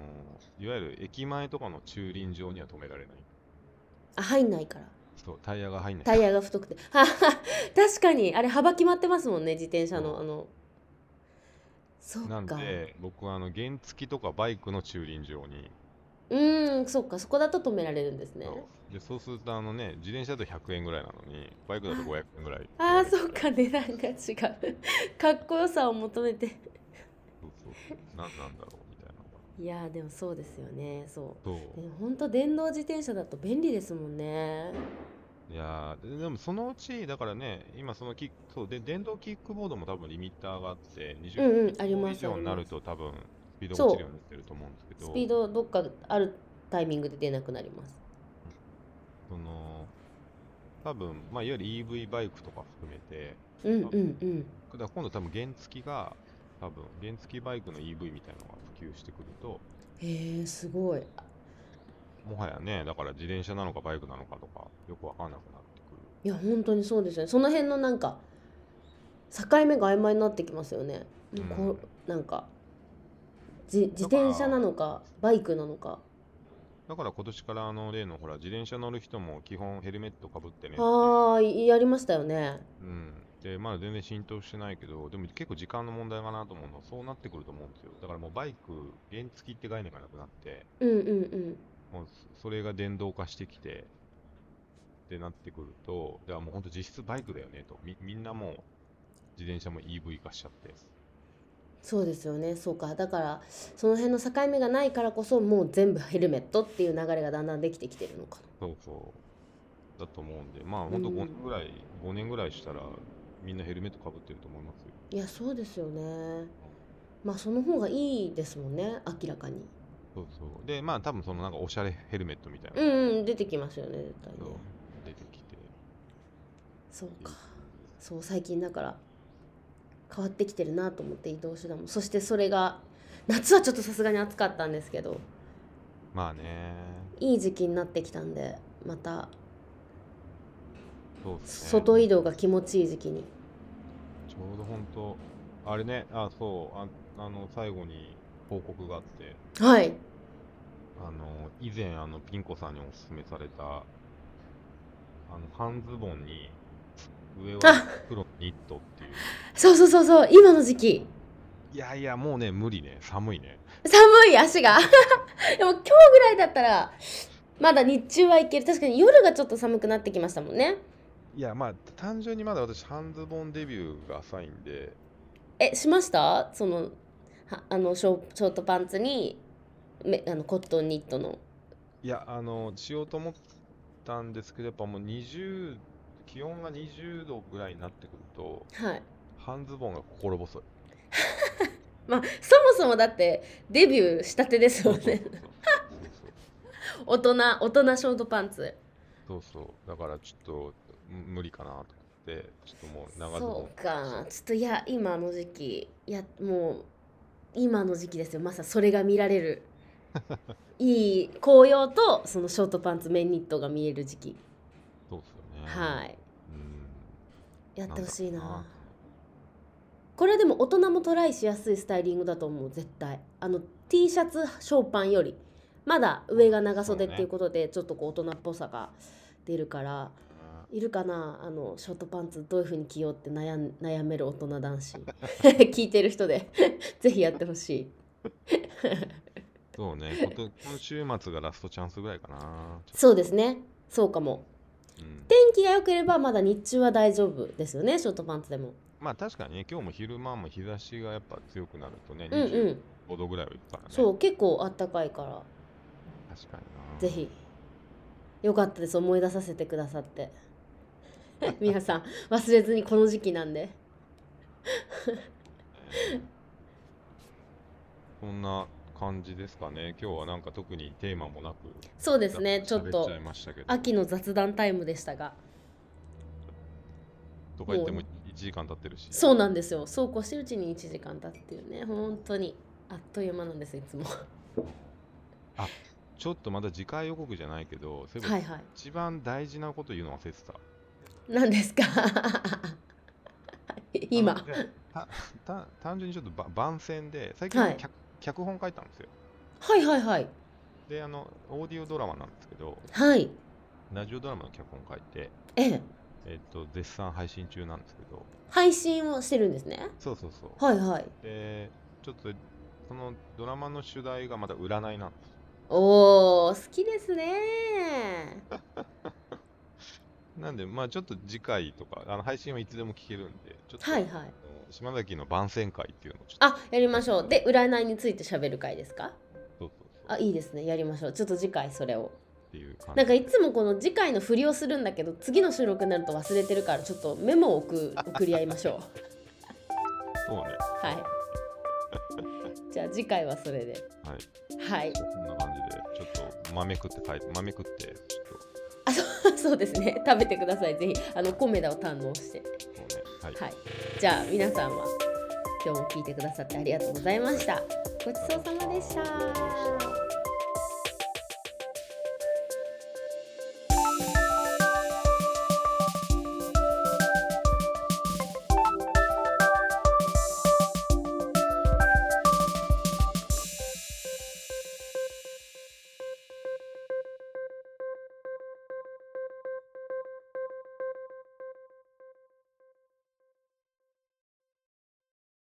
[SPEAKER 3] ーいわゆる駅前とかの駐輪場には止められない。
[SPEAKER 2] あ入んないから
[SPEAKER 3] そう、タイヤが入んない。
[SPEAKER 2] タイヤが太くて はは確かにあれ幅決まってますもんね自転車の
[SPEAKER 3] そう
[SPEAKER 2] あのそ
[SPEAKER 3] な
[SPEAKER 2] うんか
[SPEAKER 3] で、僕はあの原付とかバイクの駐輪場に
[SPEAKER 2] うーんそっかそこだと止められるんですね
[SPEAKER 3] そうでそうするとあのね自転車だと100円ぐらいなのにバイクだと500円ぐらい
[SPEAKER 2] あー
[SPEAKER 3] 取ら
[SPEAKER 2] そ
[SPEAKER 3] れ
[SPEAKER 2] う
[SPEAKER 3] て
[SPEAKER 2] か値段が違う かっこよさを求めて
[SPEAKER 3] そうそうそう何なんだろうみたいない
[SPEAKER 2] やーでもそうですよねそ
[SPEAKER 3] そう
[SPEAKER 2] でもほんと電動自転車だと便利ですもんね
[SPEAKER 3] ういやーででもそのうちだからね今そのキックそうで電動キックボードも多分リミッターがあって20キ
[SPEAKER 2] うんうんあり
[SPEAKER 3] ロ
[SPEAKER 2] ま
[SPEAKER 3] 以
[SPEAKER 2] す
[SPEAKER 3] 上になると多分スピードが落ちるようになってると思うんですけど
[SPEAKER 2] スピードどっかあるタイミングで出なくなります
[SPEAKER 3] その多分、まあ、いわゆる EV バイクとか含めて
[SPEAKER 2] うんうんうん
[SPEAKER 3] だから今度多分原付が多分原付バイクの EV みたいなのが普及してくると
[SPEAKER 2] へえー、すごい
[SPEAKER 3] もはやね、だから自転車なのかバイクなのかとか、よくわかんなくなってくる。
[SPEAKER 2] いや本当にそうですねその辺のなんか境目が曖昧になってきますよね
[SPEAKER 3] うん
[SPEAKER 2] こうなんかじ自転車なのかバイクなのか
[SPEAKER 3] だから今年からあの例のほら自転車乗る人も基本ヘルメットかぶってねって
[SPEAKER 2] ああやりましたよね
[SPEAKER 3] うん、でまだ全然浸透してないけどでも結構時間の問題かなと思うのはそうなってくると思うんですよだからもうバイク原付って概念がなくなって
[SPEAKER 2] うんうんうん
[SPEAKER 3] もうそそれが電動化してきてってなってくるとだからもうほんと実質バイクだよねとみみんなもう自転車も EV 化しちゃって
[SPEAKER 2] そうですよねそうかだからその辺の境目がないからこそもう全部ヘルメットっていう流れがだんだんできてきてるのか
[SPEAKER 3] そうそうだと思うんでまあほんと5年ぐらい、5年ぐらいしたらみんなヘルメットかぶってると思いますよ
[SPEAKER 2] ないやそうですよねまあその方がいいですもんね明らかに
[SPEAKER 3] そうそうでまあ多分そのなんかおしゃれヘルメットみたいな
[SPEAKER 2] う
[SPEAKER 3] の
[SPEAKER 2] んうん出てきますよね絶対ね
[SPEAKER 3] が出てきて、
[SPEAKER 2] そうかそう最近だから変わってきてるなと思って移動手段もそしてそれが夏はちょっとさすがに暑かったんですけど
[SPEAKER 3] まあね
[SPEAKER 2] いい時期になってきたんでまた
[SPEAKER 3] そうですね
[SPEAKER 2] 外移動が気持ちいい時期に
[SPEAKER 3] ちょうど本当あれねあそうああの最後に報告があって
[SPEAKER 2] はい
[SPEAKER 3] あの以前あのピン子さんにおすすめされたあの半ズボンに上は
[SPEAKER 2] あ
[SPEAKER 3] 黒のニットっていう
[SPEAKER 2] そうそうそうそう今の時期
[SPEAKER 3] いやいやもうね無理ね寒いね
[SPEAKER 2] 寒い足が でも今日ぐらいだったらまだ日中はいける確かに夜がちょっと寒くなってきましたもんね
[SPEAKER 3] いやまあ単純にまだ私半ズボンデビューが浅いんで
[SPEAKER 2] えしましたそのはあのショショートパンツにめあのコットンニットの
[SPEAKER 3] いやあのしようと思ったんですけどやっぱもう20気温が20度ぐらいになってくると
[SPEAKER 2] はい
[SPEAKER 3] 半ズボンが心細い
[SPEAKER 2] まあそもそもだってデビューしたてです
[SPEAKER 3] そう
[SPEAKER 2] よ
[SPEAKER 3] そうそう
[SPEAKER 2] ね
[SPEAKER 3] そう
[SPEAKER 2] 大人大人ショートパンツ
[SPEAKER 3] そうそうそうだからちょっとむ無理かなと思ってちょっともう長ズボン
[SPEAKER 2] そうかちょっといや今の時期いやもう今の時期ですよまさそれが見られ るいい紅葉とそのショートパンツメンニットが見える時期
[SPEAKER 3] そうですよね
[SPEAKER 2] はい
[SPEAKER 3] うん
[SPEAKER 2] やってほしいな
[SPEAKER 3] なんだろうな
[SPEAKER 2] これでも大人もトライしやすいスタイリングだと思う絶対あの T シャツショーパンよりまだ上が長袖っていうことで、ちょっとこう大人っぽさが出るからいるかなあのショートパンツどういうふうに着ようって悩ん悩める大人男子 聞いてる人で ぜひやってほしい
[SPEAKER 3] そうねこと今週末がラストチャンスぐらいかな
[SPEAKER 2] そうですねそうかも
[SPEAKER 3] うん
[SPEAKER 2] 天気が良ければまだ日中は大丈夫ですよねショートパンツでも
[SPEAKER 3] まあ確かにね今日も昼間も日差しがやっぱ強くなるとね
[SPEAKER 2] うんうん、
[SPEAKER 3] 25度ぐらいはいくからね
[SPEAKER 2] そう結構あったかいから
[SPEAKER 3] 確かにな
[SPEAKER 2] ぜひよかったです思い出させてくださって 皆さん忘れずにこの時期なんで
[SPEAKER 3] そんな感じですかね今日はなんか特にテーマもなく
[SPEAKER 2] そうですねちょっ
[SPEAKER 3] 喋っ
[SPEAKER 2] と
[SPEAKER 3] ちゃいましたけど
[SPEAKER 2] 秋の雑談タイムでしたが
[SPEAKER 3] とか言っても1時間経ってるし
[SPEAKER 2] そうなんですよそうこうしてるうちに1時間経っていうね本当にあっという間なんですいつも
[SPEAKER 3] ちょっとまだ次回予告じゃないけどそういえば
[SPEAKER 2] はいはい
[SPEAKER 3] 一番大事なこと言うの忘れてた
[SPEAKER 2] 何ですか
[SPEAKER 3] あ
[SPEAKER 2] 今
[SPEAKER 3] のねた た単純にちょっとば番宣で最近
[SPEAKER 2] はい
[SPEAKER 3] 脚,、脚本書いたんですよ
[SPEAKER 2] はいはいはい
[SPEAKER 3] であのオーディオドラマなんですけど
[SPEAKER 2] はい
[SPEAKER 3] ラジオドラマの脚本書いて
[SPEAKER 2] ええ
[SPEAKER 3] えっと絶賛配信中なんですけど
[SPEAKER 2] 配信をしてるんですね
[SPEAKER 3] そうそうそう
[SPEAKER 2] はいはい
[SPEAKER 3] でちょっとそのドラマの主題がまた占いなんです
[SPEAKER 2] おー好きですね
[SPEAKER 3] なんで、まあちょっと次回とか、あの配信はいつでも聞けるんで、ちょっと、
[SPEAKER 2] はいはい
[SPEAKER 3] あの島崎の番宣会っていうのをちょっと、
[SPEAKER 2] あやりましょうで占いについて喋る回ですか
[SPEAKER 3] そうそうそう
[SPEAKER 2] あいいですねやりましょうちょっと次回それを
[SPEAKER 3] っていう感じ。
[SPEAKER 2] なんかいつもこの次回の振りをするんだけど次の収録になると忘れてるからちょっとメモを送る送り合いましょ
[SPEAKER 3] そうね。
[SPEAKER 2] うはいじゃあ次回はそれで
[SPEAKER 3] はい。
[SPEAKER 2] はい
[SPEAKER 3] こんな感じで、ちょっと豆食って帰って、豆食って、ちょっと、
[SPEAKER 2] あそう そうですね食べてくださいぜひあのコメダを堪能して
[SPEAKER 3] そうね。はい。
[SPEAKER 2] はいじゃあ皆さんは今日も聞いてくださってありがとうございましたごちそうさまでした